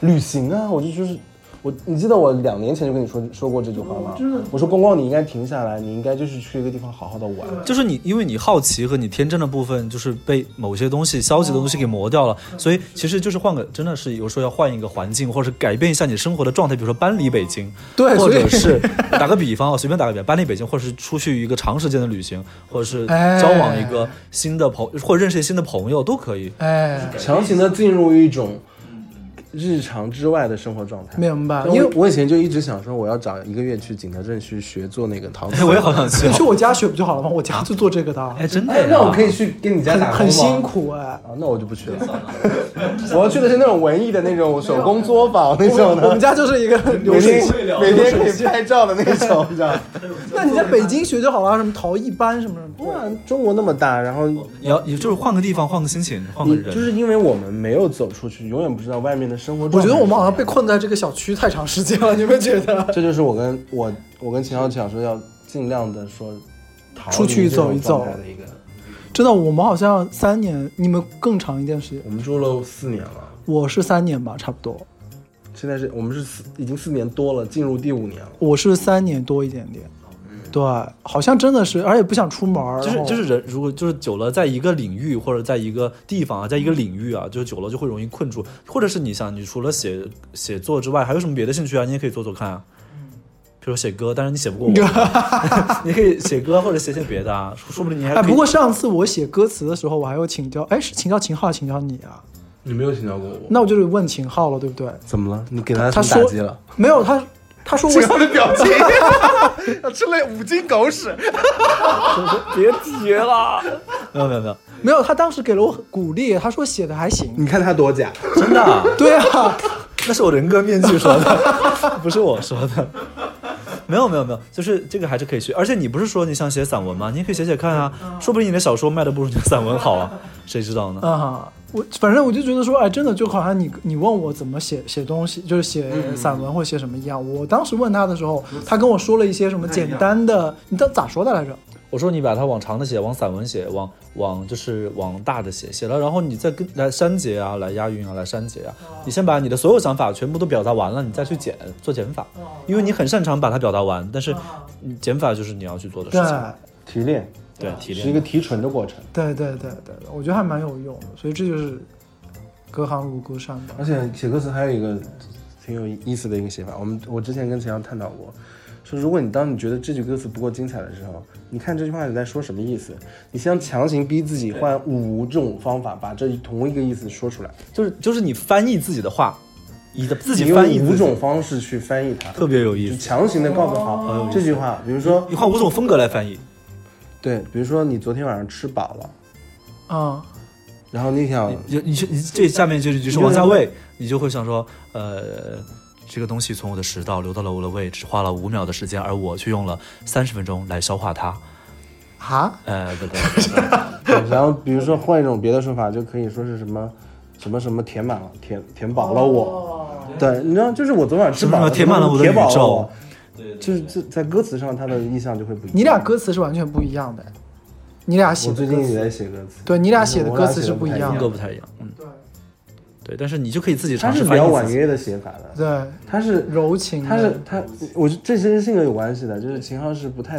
旅行啊，我就就是我，你记得我两年前就跟你说说过这句话吗我知道？我说光光你应该停下来，你应该就是去一个地方好好的玩。就是你，因为你好奇和你天真的部分，就是被某些东西、消极的东西给磨掉了，嗯所以其实就是换个，真的是有时候要换一个环境，或者是改变一下你生活的状态，比如说搬离北京，对或所以者是打个比方啊，随便打个比方，搬离北京，或者是出去一个长时间的旅行，或者是哎交往一个新的朋，或者认识新的朋友都可以。哎，强行的进入一种日常之外的生活状态。明白像我因为我以前就一直想说，我要找一个月去景德镇去学做那个陶瓷。 哎，我也好想去你去哦。我家学不就好了吗？我家就做这个的，哎，真的哎呀？那我可以去跟你家很打工吗很辛苦哎。啊，那我就不去了。 我要去的是那种文艺的那种手工作 坊那种我们我们的，家就是一个流每水天线。每天可以拍照的那种，你知道 吗？那你在北京学就好了，什么陶艺班什么什么。哇，中国那么大，然后你要，你就是换个地方，换个心情，换个你人，就是因为我们没有走出去，永远不知道外面的生活。我觉得我们好像被，困在这个小区太长时间了，你们觉 得？这就是我跟我我跟秦昊想说要尽量的说逃离出去这种走一走状态的一个。 真的，我们好像三年，你们更长一段时间。我们住了四年了，我是三年吧，差不多。现在是我们是四已经四年多了，进入第五年了。我是三年多一点点。嗯对，好像真的是，而且不想出门儿，就是然后就是人，如果就是久了，在一个领域或者在一个地方啊，在一嗯个领域啊，就是久了就会容易困住。或者是你想，你除了写写作之外，还有什么别的兴趣啊？你也可以做做看啊。嗯比如说写歌，但是你写不过我， 你可以写歌或者写写别的啊，说说不定你还哎，可以不过上次我写歌词的时候，我还有请教，哎，是请教秦昊，还是请教你啊？你没有请教过我？那我就得问秦昊了，对不对？怎么了？你给他他什么说打击了？没有他，他说我他的表情， 他吃了五斤狗屎。别提了。 没有没有没有， 没有，他当时给了我鼓励，他说写的还行。你看他多假，真的啊、对啊， 那是我人格面具说的， 不是我说的。没有没有没有，就是这个还是可以学，而且你不是说你想写散文吗？你也可以写写看啊，说不定你的小说卖的不如你的散文好啊，谁知道呢？啊、我反正我就觉得说，哎，真的就好像你你问我怎么写写东西，就嗯是写散文或写什么一样。我当时问他的时候，他跟我说了一些什么简单的，你当咋说的来着？我说你把它往长的写，往散文写，往往就是往大的写，写了，然后你再跟来删节啊，来押韵啊，来删节啊。你先把你的所有想法全部都表达完了，你再去减做减法，因为你很擅长把它表达完，但是你减法就是你要去做的事对情。提炼对，提是一个炼。提纯的过程。啊对对对对，我觉得还蛮有用的，所以这就是隔行如隔山吧。而且写歌词还有一个挺有意思的一个写法，我们我之前跟秦阳探讨过，说如果你当你觉得这句歌词不够精彩的时候，你看这句话你在说什么意思，你先强行逼自己换五种方法把这同一个意思说出来，就是就是你翻译自己的话，你的自你己翻译用自己五种方式去翻译它，特别有意就思。强行的告诉好这句话，比如说你换五种风格来翻译，对，比如说你昨天晚上吃饱了，啊、然后你 想你你你这下面就是就是王家卫，你就会想说，呃，这个东西从我的食道流到了我的胃，只花了五秒的时间，而我却用了三十分钟来消化它。啊，呃， 不对，不对对然后比如说换一种别的说法，就可以说是什么什么什么填满了，填填饱了我。对，你知道，就是我昨晚吃饱了，什么什么填满了我的填饱宇了宙我。就是这在歌词上，它的意象就会不一样。你俩歌词是完全不一样的，你俩写我的最歌近词也在写歌词，对你俩写的我俩歌词写是的不一太一样风样的格不太一样。嗯，对，但是你就可以自己它尝是试比翻较译自婉己。约的写法的，对，它是柔情的，它是它，我觉得这其实是性格有关系的，就是秦昊是不太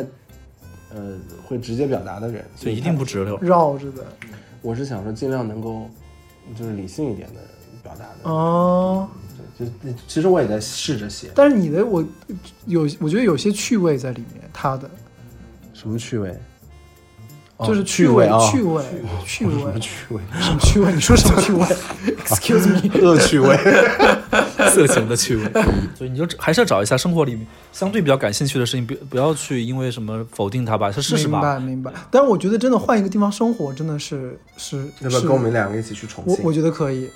呃会直接表达的人，所对，以一他定不直溜。绕着的，我是想说尽量能够就是理性一点的表达的。哦、对，就是其实我也在试着写，但是你的我有，我觉得有些趣味在里面，他的、什么趣味？哦就是趣味啊，，趣味，趣味，趣味，什么趣味？你说什么趣 味？Excuse me，恶趣味。 色情的 趣味，所以你就还是要找一下生活里面相对比较感兴趣的事情，不不要去因为什么否定它吧，去试试明吧。白明白。但是我觉得真的换一个地方生活，真的是是要不要是跟我们两个一起去重我庆？ 我觉得可以，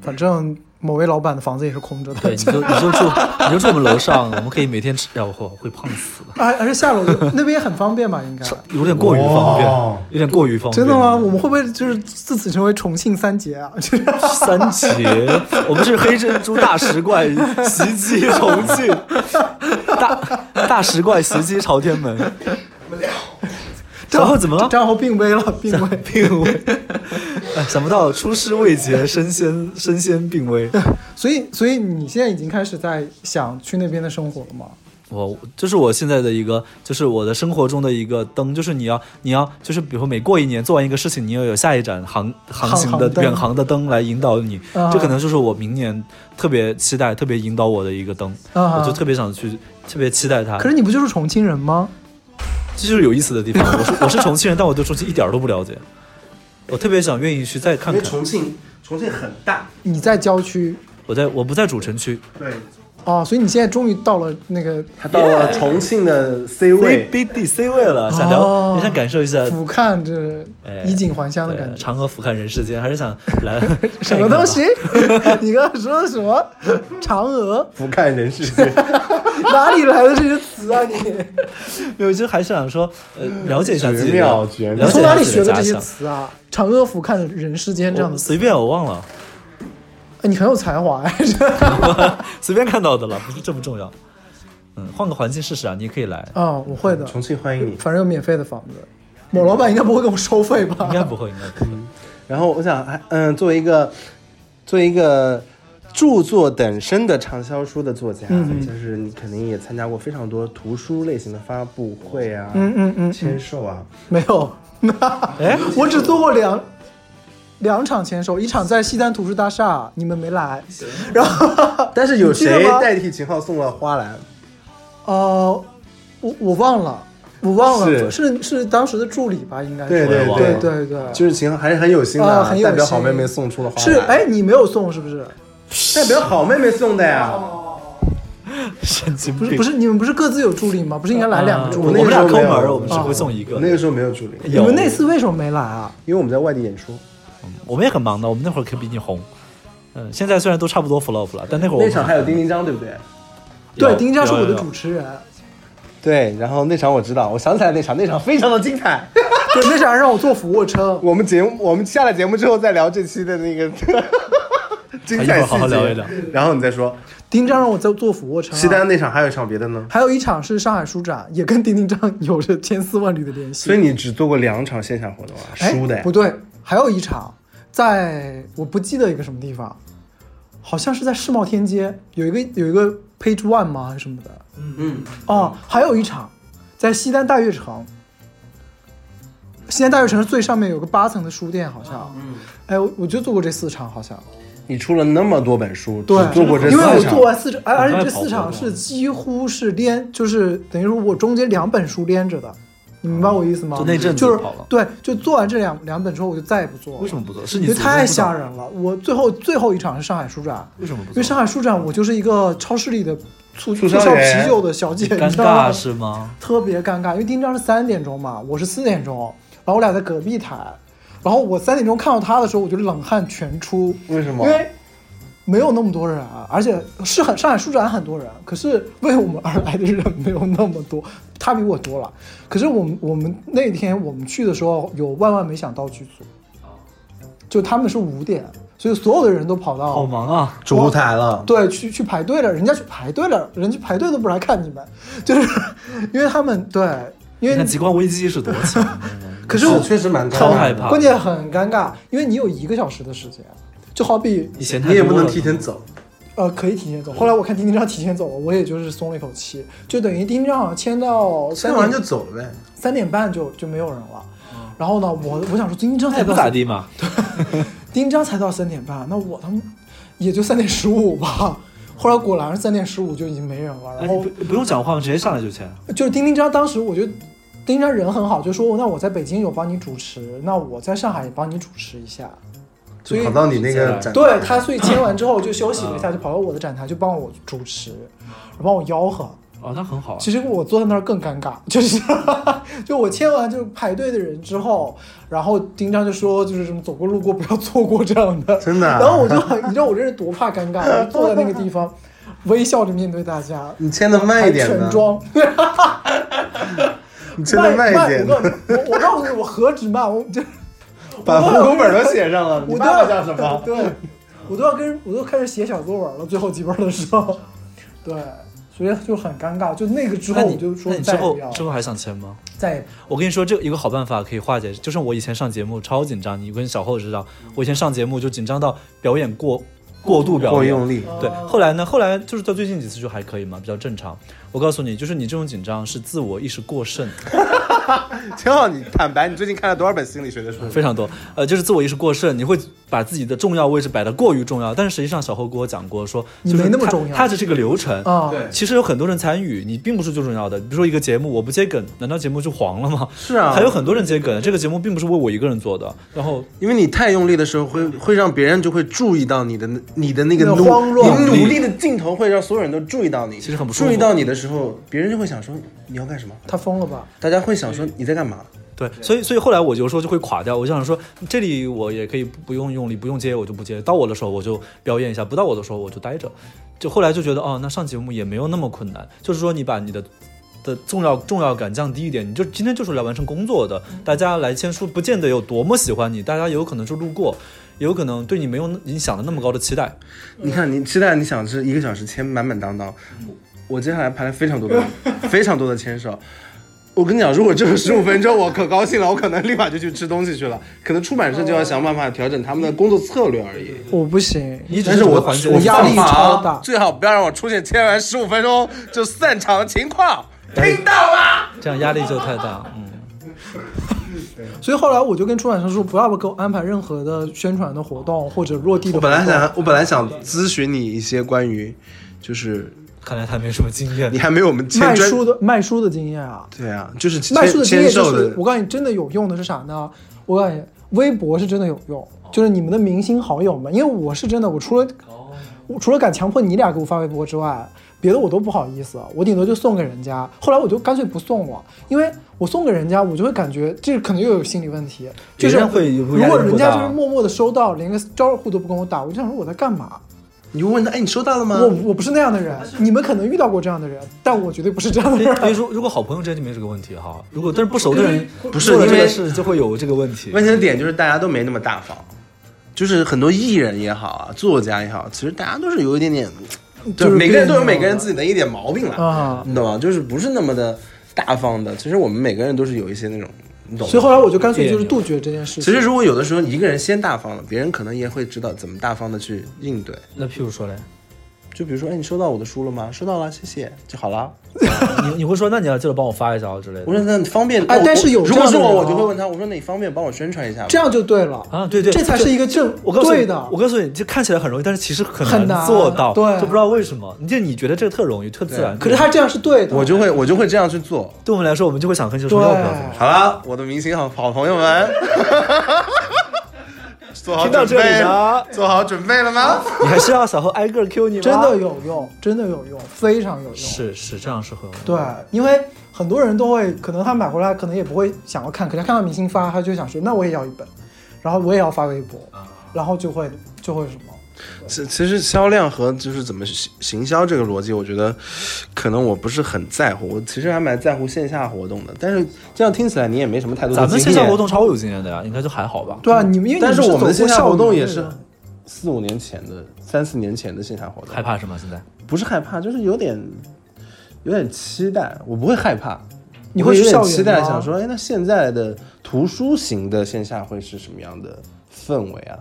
反正某位老板的房子也是空着对，的你。就你就住你就住我们楼上，我们可以每天吃，要我会胖死的，而而且下楼就那边也很方便吧？应该有点过于方便哇，有点过于方便。真的吗？我们会不会就是自此成为重庆三杰啊？ 就是三杰， 我们是黑珍珠大食怪袭击重庆， 大大食怪袭击朝天门。然后怎么了？张后病危了，病危。病危，哎想不到出师未捷身先身先病危。所以，所以你现在已经开始在想去那边的生活了吗？我这是我现在的一个，就是我的生活中的一个灯，就是你要你要就是比如说每过一年做完一个事情，你要有下一盏航航行的航灯远航的灯来引导你，啊这可能就是我明年特别期待、特别引导我的一个灯，啊我就特别想去，特别期待它。可是你不就是重庆人吗？这就是有意思的地方。我是我 是重庆人，但我对重庆一点儿都不了解，我特别想愿意去再看因为看。重庆，重庆很大，你在郊区，我在我不在主城区，对，哦，所以你现在终于到了那个他到了重庆的 C 位 CBD C 位了，啊想哦聊，也想感受一下俯瞰这哎衣锦还乡的感呃对觉。嫦娥俯瞰人世间，还是想来 什么 东西？ 你刚刚说的什么？嫦娥？俯瞰人世间。哪里来的这些词啊你？没有，就还是想说，呃，了解一下自己的，绝妙绝妙了解你嗯从一下哪里自己学的家这些乡词啊？嫦娥俯瞰人世间这样的我词，随便我忘了， 哎你很有才华哎！随便看到的了，不是这不重要。嗯，换个环境试试啊，你也可以来，啊，我会的，重庆欢迎你。反正有免费的房子。某老板应该不会给我收费吧应？该不会，应该不嗯会。然后我想，还嗯，作为一个作为一个著作等身的畅销书的作家，就是你肯定也参加过非常多图书类型的发布会啊、嗯嗯嗯，签售啊。没有，哎，我只做过两两场签售，一场在西单图书大厦，你们没来。然后，但是有你记谁得吗代替秦昊送了花篮？呃，我我忘了，我忘是了，是是当时的助理吧，应该是对对我也对对忘对对，就是秦昊还是很有心的、啊很有代表心好妹妹送出了花篮。是哎，，你没有送是不是？代表好妹妹送的呀。神经不病！是不是，你们不是各自有助理吗？不是应该来两个助啊我我理？那们个时俩候抠没有门儿，我们只啊会送一个。我那个时候没有助理，你们那次为什么没来啊？因为我们在外地演出，我们也很忙的，我们那会儿可比你红。嗯，现在虽然都差不多 flop 了，但那会儿我那们场还有丁丁张，对不对？对，丁家是我的。有有主持人，对，然后那场我知道，我想起来那场，那场非常的精彩。 对，那场让我做俯卧撑。 我们节目，我们下了节目之后再聊这期的那个 精一会儿彩细哎好好节，聊一聊然后你再说丁章让我在做俯卧撑、啊。西单那场还有一场别的呢。还有一场是上海书展，也跟丁丁章 有着千丝万缕的联系。所以你只做过两场线下活动啊，哎输的呀不。对，还有一场在我不记得一个什么地方，好像是在世贸天阶有一个有一个 Page One 吗还是什么的？嗯，哦，还有一场在西单大悦城。西单大悦城最上面有个八层的书店，好像，哎，我我就做过这四场，好像，你出了那么多本书，对，只做过这因为我四做场，完四场，而而且我刚才这跑四过场是几乎是连，就是等于说我中间两本书连着的，你明白我意思吗？哦就那阵子就是跑了对，就做完这两两本之后，我就再也不做了。为什么不做？是因你为自己做不太到吓人了。我最后最后一场是上海书展，为什么不因做？为上海书展我就是一个超市里的促促促销销员啤酒的小姐，你尴知道吗尬？是吗？特别尴尬，因为丁章是三点钟嘛，我是四点钟，然后我俩在隔壁台，然后我三点钟看到他的时候，我就冷汗全出，为什么因？为没有那么多人啊，而且是很上海书展很多人，可是为我们而来的人没有那么多，他比我多了。可是我们我们那天我们去的时候，有万万没想到剧组，就他们是五点，所以所有的人都跑好到忙啊！主舞台了，对去去排队了，人家去排队了，人家排队都不来看你们，就是因为他们对，你因为看《极光危机》是多强啊， 可是我确实蛮尴超尬害的。怕。关键很尴尬，因为你有一个小时的时间，就好比你嫌太你也多不能了提前走，呃，可以提前走。后来我看丁丁章提前走了，我也就是松了一口气，就等于丁丁章好像签到三签完就嗯点走呗。三点半就就没有人了。然后呢，我我想说丁丁章那才也不到咋地嘛。丁章才到三点半，那我他妈也就三点十五吧。后来果然三点十五就已经没人了，哎你然后不不用讲话吗？直接上来就签。就是啊丁丁章当时我觉得丁丁章人很好，就说那我在北京有帮你主持，那我在上海也帮你主持一下。所以就跑到你那个展，对他，所以签完之后就休息了一嗯下，就跑到我的展台就帮我主持，帮我吆喝。哦，那很好啊。其实我坐在那儿更尴尬， 就是就我签完就是排队的人之后，然后丁章就说就是什么走过路过不要错过这样的，真的啊 然后我就很，你知道我这人多怕 尴尬，我就坐在那个地方， 微笑着面对大家，你签的慢一点还全呢，装， 你签的慢一点呢我，告诉你我我告诉你，我何止慢，我就 把户口本都写上了。你我都爸要爸叫什么？ 对，我都要跟我都开始写小作文了，最后几本的时候， 对，所以就很尴尬，就那个之那后你我就说那你再之也不后要，之后还想签吗？再也我跟你说，这有一个好办法可以化解，就是我以前上节目超紧张，你跟小厚知道，嗯我以前上节目就紧张到表演过过度表过演。用力，对，嗯后来呢？后来就是到最近几次就还可以嘛，比较正常。我告诉你，就是你这种紧张是自我意识过剩，挺好。你坦白，你最近看了多少本心理学的嗯书？非常多。呃，就是自我意识过剩，你会把自己的重要位置摆得过于重要。但是实际上，小厚跟我讲过说，你就是没那么它重要它只是个流程。啊，其实有很多人参与，你并不是最重要的。比如说一个节目，我不接梗，难道节目就黄了吗？是啊还有很多人接梗，这个节目并不是为我一个人做的。然后因为你太用力的时候会，会让别人就会注意到你的那你的那个那努慌乱你努力的镜头会让所有人都注意到你，其实很不舒服注意到你的时候，别人就会想说你要干什么，他疯了吧？大家会想说你在干嘛，对，所以所以后来我有时候就会垮掉，我就想说这里我也可以不用用力，不用接我就不接，到我的时候我就表演一下，不到我的时候我就待着。就后来就觉得哦，那上节目也没有那么困难，就是说你把你的。的重要重要感降低一点，你就今天就是来完成工作的。大家来签书，不见得有多么喜欢你，大家有可能是路过，有可能对你没有你想的那么高的期待。你看，你期待你想是一个小时签满满当当，我接下来排了非常多的非常多的签售。我跟你讲，如果只有十五分钟，我可高兴了，我可能立马就去吃东西去了。可能出版社就要想办法调整他们的工作策略而已。我不行，你只但是我我环境我啊压力放马超大最好不要让我出现签完十五分钟就散场的情况，听到吗？这样压力就太大。嗯，所以后来我就跟出版社说，不要给我安排任何的宣传的活动或者落地的我活本动。来想，我本来想咨询你一些关于，就是看来他没什么经验 你。还没有我们签卖专书的卖书的经验啊，对啊，就是卖书的经签验签就售是的，我告诉你，真的有用的是啥呢？我告诉你，微博是真的有用，就是你们的明星好友们，因为我是真的，我除了我除了敢强迫你俩给我发微博之外，别的我都不好意思，我顶多就送给人家。后来我就干脆不送了，因为我送给人家，我就会感觉这可能又有心理问题，就别是人会有如压力果不人家大就是默默的收到，连个招呼都不跟我打，我就想说我在干嘛？你就问他，哎，你收到了吗？我我不是那样的人，你们可能遇到过这样的人，但我绝对不是这样的人。比如说，如果好朋友之间就没有这个问题哈，如果但是不熟的人不是做了这因个为事就会有这个问题。问题的点就是大家都没那么大方，就是很多艺人也好啊，作家也好，其实大家都是有一点点，就是每个人都有别扭每个人自己的一点毛病了，啊你懂吗？就是不是那么的大方的。其实我们每个人都是有一些那种，你懂吗？所以后来我就干脆就是杜绝这件事情。其实如果有的时候一个人先大方了，别人可能也会知道怎么大方的去应对。那譬如说嘞，就比如说，哎，你收到我的书了吗？收到了，谢谢就好了。你你会说，那你要记得帮我发一下哦之类我说的。那你方便？哎我但是有如果这样是的我，人我哦就会问他，我说那你方便帮我宣传一下吗？这样就对了啊，对对，这才是一个正我告诉对你的，我。告诉你，这看起来很容易，但是其实很很难做到，对就不知道为什么。你就你觉得这个特容易，特自然，可是他这样是对的，我就会我就会这样去做。对我们来说，我们就会想很久对说要不要这么说。好了，我的明星好好朋友们，做好听到准这里备，呢做好准备了吗？你还是要小何挨个 Q 你吗？真的有用，真的有用，非常有用。是是这样是很有用的对，因为很多人都会，可能他买回来可能也不会想要看，可是他看到明星发，他就想说，那我也要一本，然后我也要发微博，啊然后就会就会什么。其其实销量和就是怎么行行销这个逻辑，我觉得可能我不是很在乎，我其实还蛮在乎线下活动的。但是这样听起来你也没什么太多的咱们线经下验活动，超有经验的呀，应该就还好吧。对啊，你们因为嗯但你是我们的走过线下校活动园也的是人四五年前的、三四年前的线下活动害，怕是吗？现在不是害怕，就是有点有点期待，我不会害怕。你会有会去点校园期待，吗想说，哎，那现在的图书型的线下会是什么样的氛围啊，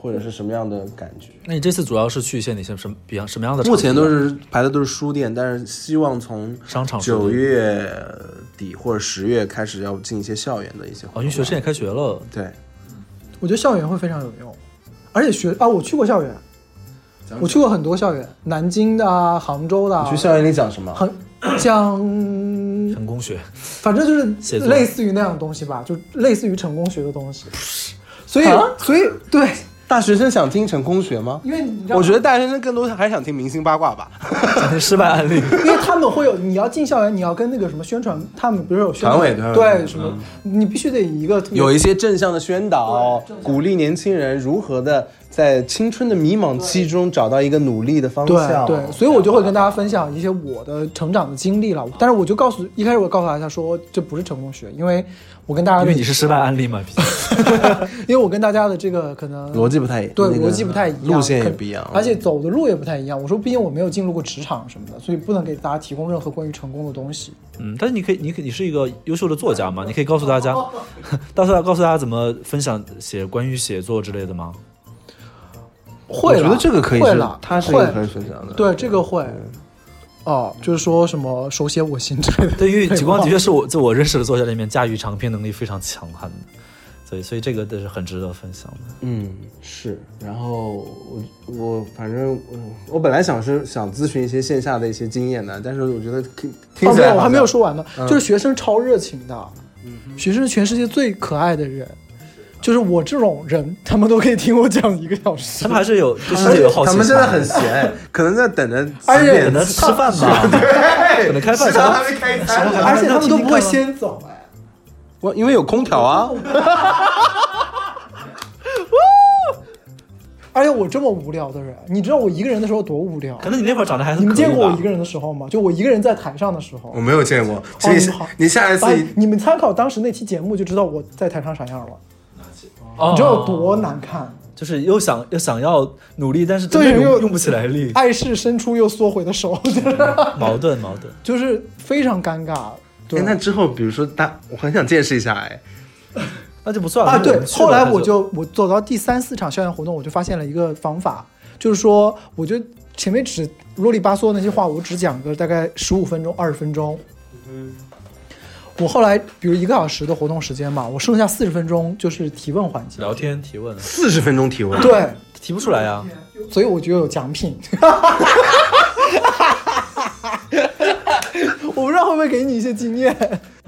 或者是什么样的感觉？那你这次主要是去一些哪些什么比较什么样的场目地啊？前都是排的都是书店，但是希望从商场书九店月底或者十月开始要进一些校园的一些活哦，动。因为学生也开学了，对，我觉得校园会非常有用，而且学啊，我去过校园，我去过很多校园，南京的啊，杭州的啊，你去校园里讲什么？很像，成功学。 反正写就是作类似于那样的东西吧，就类似于成功学的东西。所以，所以对，啊大学生想听成功学吗？因为你知道，我觉得大学生更多还是想听明星八卦吧，失败案例。因为他们会有，你要进校园，你要跟那个什么宣传，他们比如说有宣团委传，团委对什么，你必须得以一个特别 有一些正向的宣导，鼓励年轻人如何的在青春的迷茫期中找到一个努力的方向。对对，啊所以我就会跟大家分享一些我的成长的经历了。但是我就告诉一开始我告诉大家说这不是成功学，因为我跟大家因的为你是失败案例嘛，毕竟因为我跟大家的这个可能逻辑不太一对那个逻辑不太一样，路线也可不一样，嗯而且走的路也不太一样。我说，毕竟我没有进入过职场什么的，所以不能给大家提供任何关于成功的东西。嗯，但是你可以，你可你是一个优秀的作家嘛，你可以告诉大家， 告诉大家告诉大家怎么分享写关于写作之类的吗？会了，我觉得这个可以会是了，，它是一会个嗯可以分享的。对这个会。哦，就是说什么手写我心之类的。对，因为废极光话的确是我在我认识的作家里面驾驭长篇能力非常强悍的，所以所以这个都是很值得分享的。嗯，是。然后我我反正嗯，我本来想是想咨询一些线下的一些经验的，但是我觉得听听哦，起没来有，我好还没像有嗯说完呢。就是学生超热情的，学生是全世界最可爱的人。就是我这种人，他们都可以听我讲一个小时他。们还是有对世界有好奇他心。们现在很闲，可能在等着而几且可点能吃饭 吧，可能开饭食啥堂还没开餐呢。而且他们都不会先走哎，我因为有空调啊，而且我这么无聊的人，你知道我一个人的时候多无聊可？能你那会儿长得还是你们见过我一个个人的时候吗？就我一个人在台上的时候我，没有见过。哦你你好你下一次哎你们参考当时那期节目就知道我在台上啥样了，哦你知道有多难看？就是又想又想要努力，但是真的用对又啊用不起来力，爱是伸出又缩回的手， 就是矛盾矛盾。就是非常尴尬。对哎，那之后比如说大，我很想见识一下哎，那就不算了啊，那我对们，去了后来他我就我走到第三四场校园活动，我就发现了一个方法，就是说，我就前面只啰里吧嗦那些话，我只讲个大概十五分钟、二十分钟。我后来比如一个小时的活动时间嘛，我剩下四十分钟就是提问环节。聊天提问，四十分钟提问，对，啊提不出来啊呀。所以我就有奖品。 我不知道会不会给你一些经验，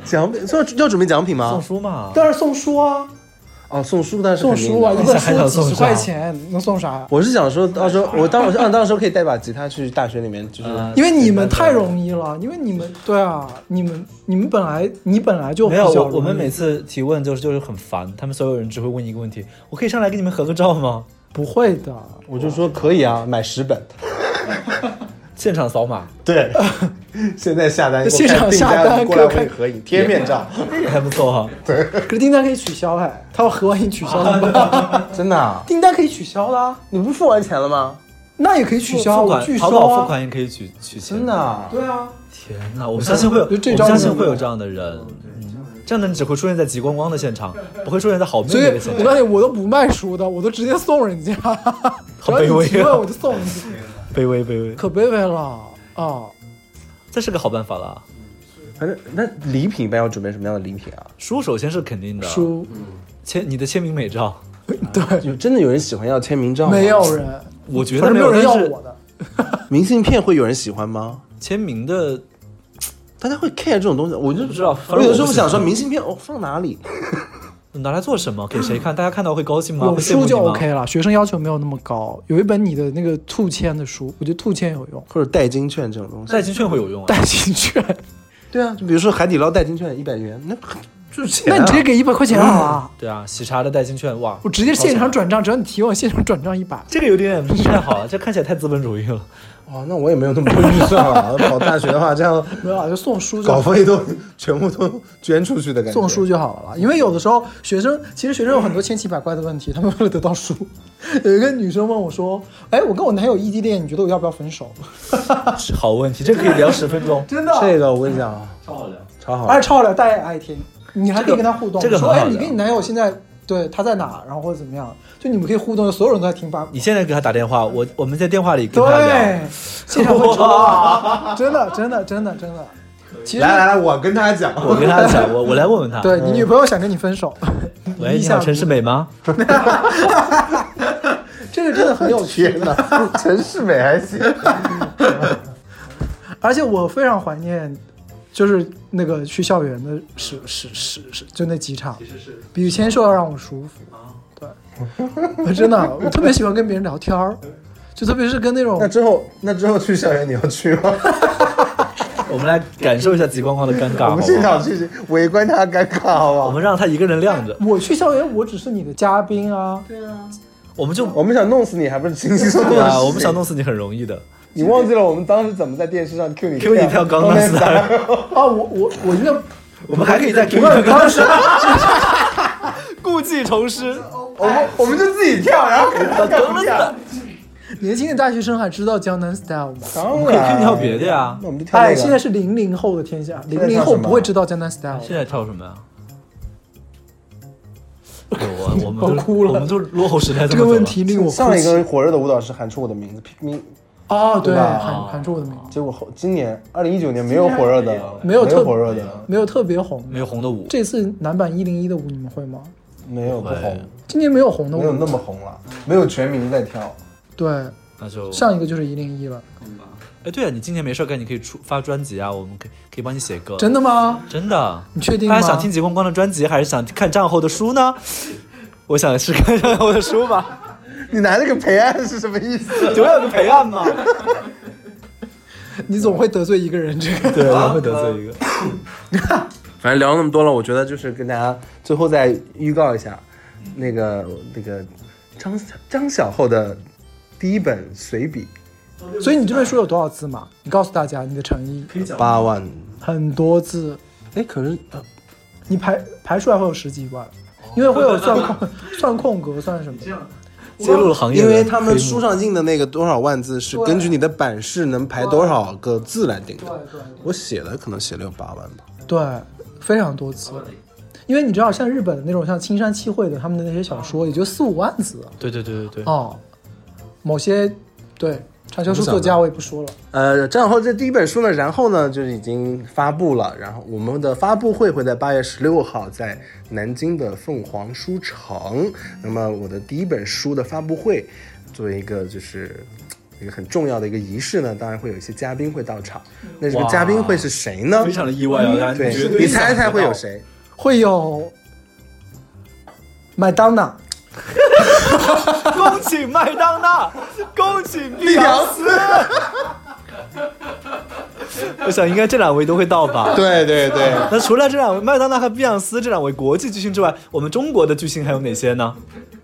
奖品要要准备奖送品吗？书嘛，当然送书啊，哦，送书但是送肯定书啊，的一本还想书送几十啥块钱，能送啥呀？我是想说，到时候我当我是按到时候可以带把吉他去大学里面，就是呃因为你们太容易了，因为你们对啊，你们你们本来你本来就没有比较我容易我们每次提问就是就是很烦，他们所有人只会问一个问题：我可以上来跟你们合个照吗？ 不会的，我就说可以啊，买十本。现场扫码， 对，现在下单，现场我看订下单过来可以我也合影贴面照，哎这个还不啊错哈。可是订单可以取消哎，他要核完你取消怎么 办？ 真的啊？订单可以取消的啊，你不是付完钱了吗？那也可以取消啊，付我拒款，收淘宝付啊。款也可以取取钱。真的啊？对啊，天哪，我相信会有，我哎就这招相信你们会有这样的人。嗯这样的人只会出现在极光光的现场，不会出现在好妹所以妹的现我场告。诉你，我都不卖书的，我都直接送人 家，只要卑微啊你提问我就送你，卑微卑微，可卑微了啊！这是个好办法了。啊反正那礼品一般要准备什么样的礼品啊？书首先是肯定的，书嗯签你的签名美照，有真的有人喜欢要签名照吗？没有人，我觉反得有正没有人要但是我的。明信片会有人喜欢吗？签名的大家会 care 这种东西，我就不知道反正我有时候我不喜欢想说，明信片哦放哪里？呃拿来做什么？给 谁看？大家看到会高兴吗？有会羡慕书你就吗 OK 了，学生要求没有那么高。有一本你的那个兔签的书，我觉得兔签有用，或者代金券这种东西？代金券会有用啊。代金券。对啊，就比如说海底捞代金券一百元，那就是钱、那啊。你直 接给一百块钱好 了，对啊，喜茶的代金券，哇，我直接现场超爽，转账，只要你提问，现场转账一百。这个有点不太好，啊 这看起来太资本主义了。 哦，那我也没有那么多预算了。跑大学的话，这样没有啊，就送书就稿好费都 全部都捐出去的感觉。送书就好了啦。因为有的时候学生，其实学生有很多千奇百怪的问题，他们为了得到书。 有一个女生问我说：“哎，我跟我男友异地恋，你觉得我要不要分手。好问题，这个可以聊十分钟？” 真的，这个我跟你讲啊，超好聊，超好聊而。且超好聊，大家也爱听，你还可以跟他互动，这个这个说：“很好哎，你聊跟你男友现在对他在哪，然后或者怎么样？”就你们可以互动，所有人都在听八你现在给他打电话，我我们在电话里跟他对聊，，现场会抽，真的，真的，真的，真的。其实，来来来，我跟他 讲，我跟他讲， 我我来问问他，对你女朋友想跟你分手， 喂，一你下好，陈世美吗？这个真的很有趣。天哪，陈世美还行。而且我非常怀念，就是那个去校园的时时时时，就那几场，比以前受要让我舒服。对， 我真的，我特别喜欢跟别人聊天儿，就特别是跟那种那之后，那之后去校园你要去吗？我们来感受一下极光光的尴尬，我好们不嗯现好？场去围观他尴尬，好不我好？们让他一个人晾着，我去校园，我只是你的嘉宾啊。我们就我们想弄死你，还不是轻轻松松对的啊，事情我们想弄死你很容易的。你忘记了我们当时怎么在电视上 Q 你 Q 你跳钢弹钢弹赛，啊，我我我应该我们还可以再 Q 你跳 钢弹赛，故技重施。我们我们就自己跳，然后给他钢钢弹架赛。年轻的大学生还知道江南 style 吗？当可以然，去跳别的呀那我们就跳那哎，个。现在是零零后的天下，在零零唱后什么不会知道江南 style 现在跳什么呀？哎呦我我们都我哭了我们都落后时代这么这个走了啊问题令我上一哭泣个火热的舞蹈师喊出我的名字，拼哦，对，对啊吧喊喊出我的名字，结果后今年二零一九年没有火热的，没有特火热的，没有特别红。没有红的舞，这次男版一零一的舞你们会吗？没有不红，今年没有红的没有那舞，么红了，没有全民在跳。对，那就上一个就是一零一了，呃哎对啊，你今年没事儿干，你可以出发专辑啊，我们可以可以帮你写歌，真的吗？真的。你确定大吗？家想听极光光的专辑，还是想看战后的书呢？ 我想试看一下我的书吧，你拿这个陪案是什么意思？总要有个陪案嘛。你总会得罪一个人，这 个对，我会得罪一个。反正聊那么多了，我觉得就是跟大家最后再预告一下，那个那个张张小厚的第一本随笔所以你这本书有多少字嘛？你告诉大家你的诚意，八万，很多字，哎，可是呃哦你排排出来会有十几万，因为会有算 空算空格算什么？揭露了行业的因黑幕，为他们书上印的那个多少万字是根据你的版式能排多少个字来定的。我写了可能写了有八万吧。对，非常多字。因为你知道，像日本的那种像青山七惠的他们的那些小哦说，也就四五万字对对对对对，哦。某些对畅销书啊作家我也不说了，呃，张后这第一本书呢，然后呢就是已经发布了，然后我们的发布会会在八月十六号在南京的凤凰书城。那么我的第一本书的发布会，作为一个就是呃一个很重要的一个仪式呢，当然会有一些嘉宾会到场。那这个哇嘉宾会是谁呢非？常的意外啊！大家嗯对绝，对你猜想猜不会有到？谁？会有麦当娜， 恭喜麦当娜，恭 喜碧屌昂斯。我想应该这两位都会到吧？对对对，那除了这两位麦当娜和碧昂斯这两位国际巨星之外，我们中国的巨星还有哪些呢？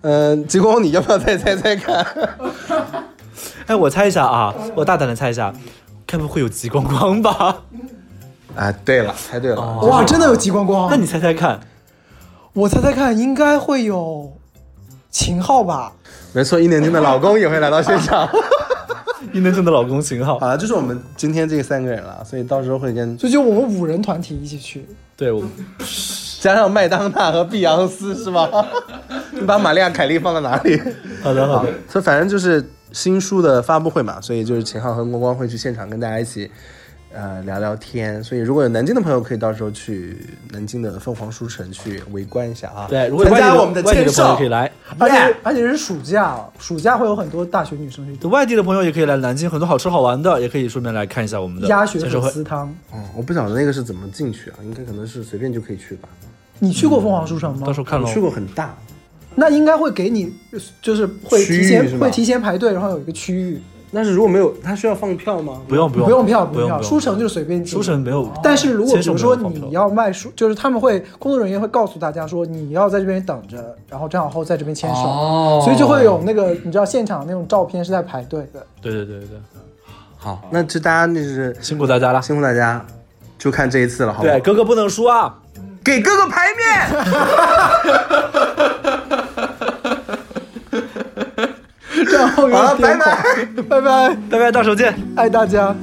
嗯、极光，你要不要再猜猜看？哎，我猜一下啊，我大胆的猜一下，该不会有极光光吧？ 啊，对了，猜对了，哇，真的有极光光。哦那你猜猜看，我猜猜看，应该会有秦昊吧？没错，一年级的老公也会来到现场。伊能静的老公秦昊好，了，就是我们今天这三个人了，所以到时候会跟所以就我们五人团体一起去，对我加上麦当娜和碧昂斯是吗？ 你把玛利亚凯莉放到哪里？ 好的好的，所以反正就是新书的发布会嘛，所以就是秦昊和郭光会去现场跟大家一起。呃，聊聊天，所以如果有南京的朋友，可以到时候去南京的凤凰书城去围观一下啊。对，如果有参外加地我们的外地签的朋友售可以，来，而且而且是暑假，暑假会有很多大学女生去对外地的朋友也可以来南京，很多好吃好玩的，也可以顺便来看一下我们的鸭血签售粉会。丝汤。哦，我不晓得那个是怎么进去啊，应该可能是随便就可以去吧。你去过凤凰书城吗？嗯到时候看我喽去。过很大，那应该会给你，就是会区域提是前吧会提前排队，然后有一个区域，但是如果没有，他需要放票吗？不用不用不用票，不用票，不书城就是随便进。书城没有，哦但是如果签比售如没说有放你票要卖书，就是他们会工作人员会告诉大家说你要在这边等着，然后张小厚在这边签售，哦所以就会有那个你知道现场那种照片是在排队 的。对对对对对，好，那这大家那是辛苦大家了。辛苦大家，就看这一次了，好不好对，？哥哥不能输啊！给哥哥牌面。张小厚有好了拜点癫拜狂，拜拜，拜拜，到时候见。爱大家。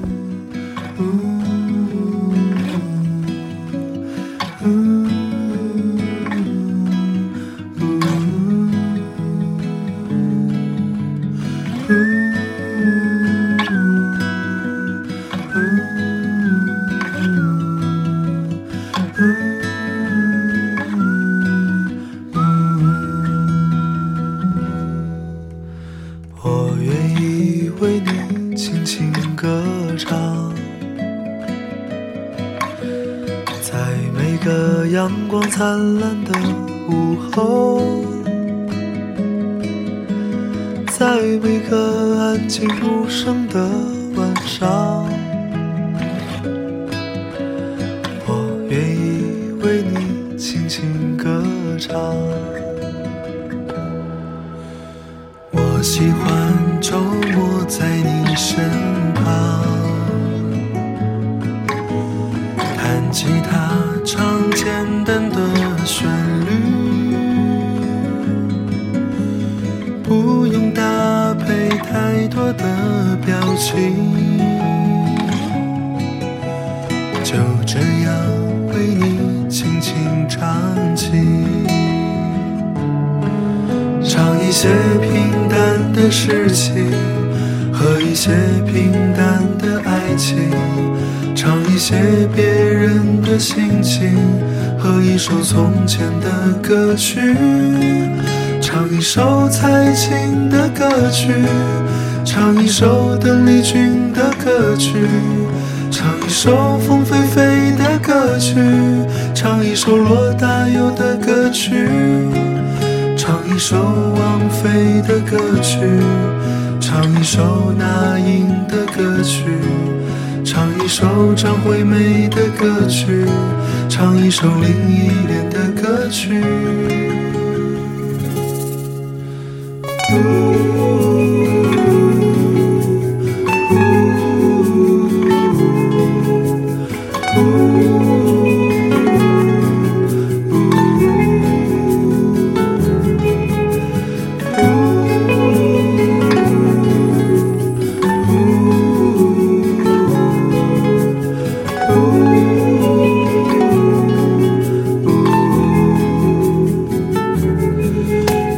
我愿意为你轻轻歌唱，在每个阳光灿烂的午后，在每个安静无声的晚上，我愿意为你轻轻歌唱。我喜欢周末在你身旁，弹吉他唱简单的旋律，不用搭配太多的表情，就这样为你轻轻唱起。唱一些平淡的事情，和一些平淡的爱情，唱一些别人的心情，和一首从前的歌曲，唱一首蔡琴的歌曲，唱一首邓丽君的歌曲。唱一首风飞飞的歌曲，唱一首罗大佑的歌曲，唱一首王菲的歌曲，唱一首那英的歌曲，唱一首张惠妹的歌曲，唱一首林忆莲的歌曲。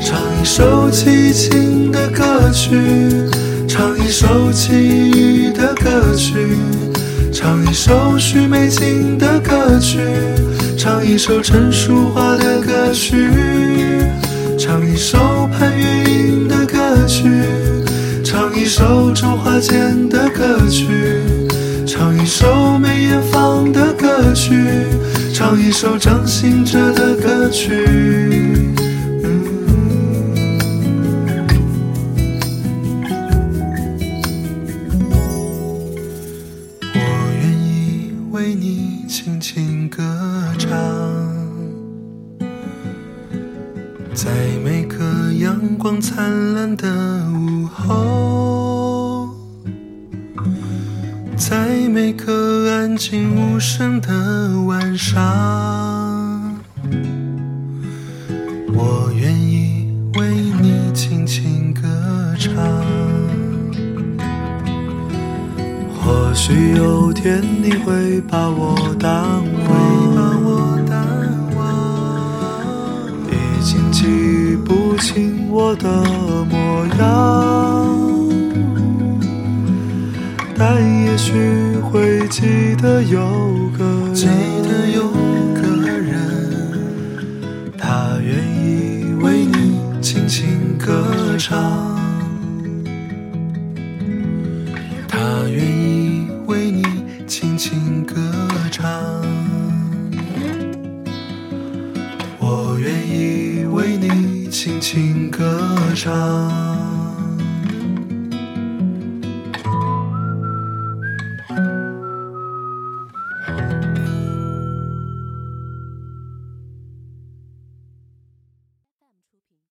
唱一首齐秦的歌曲，唱一首齐豫的歌曲，唱一首许美静的歌曲，唱一首陈淑桦的歌曲，唱一首潘越云的歌曲，唱一首周华健的歌曲，唱一首梅艳芳的歌曲，唱一首张信哲的歌曲。嗯我愿意为你轻轻歌唱，在每个阳光灿烂的午后，在每个安静无声的晚上，我愿意为你轻轻歌唱。或许有天你会把我淡忘，已经记不清我的模样，但也许会记得有个人，记得有个人，他愿意为你轻轻歌唱。他愿意为你轻轻歌唱。我愿意为你轻轻歌唱。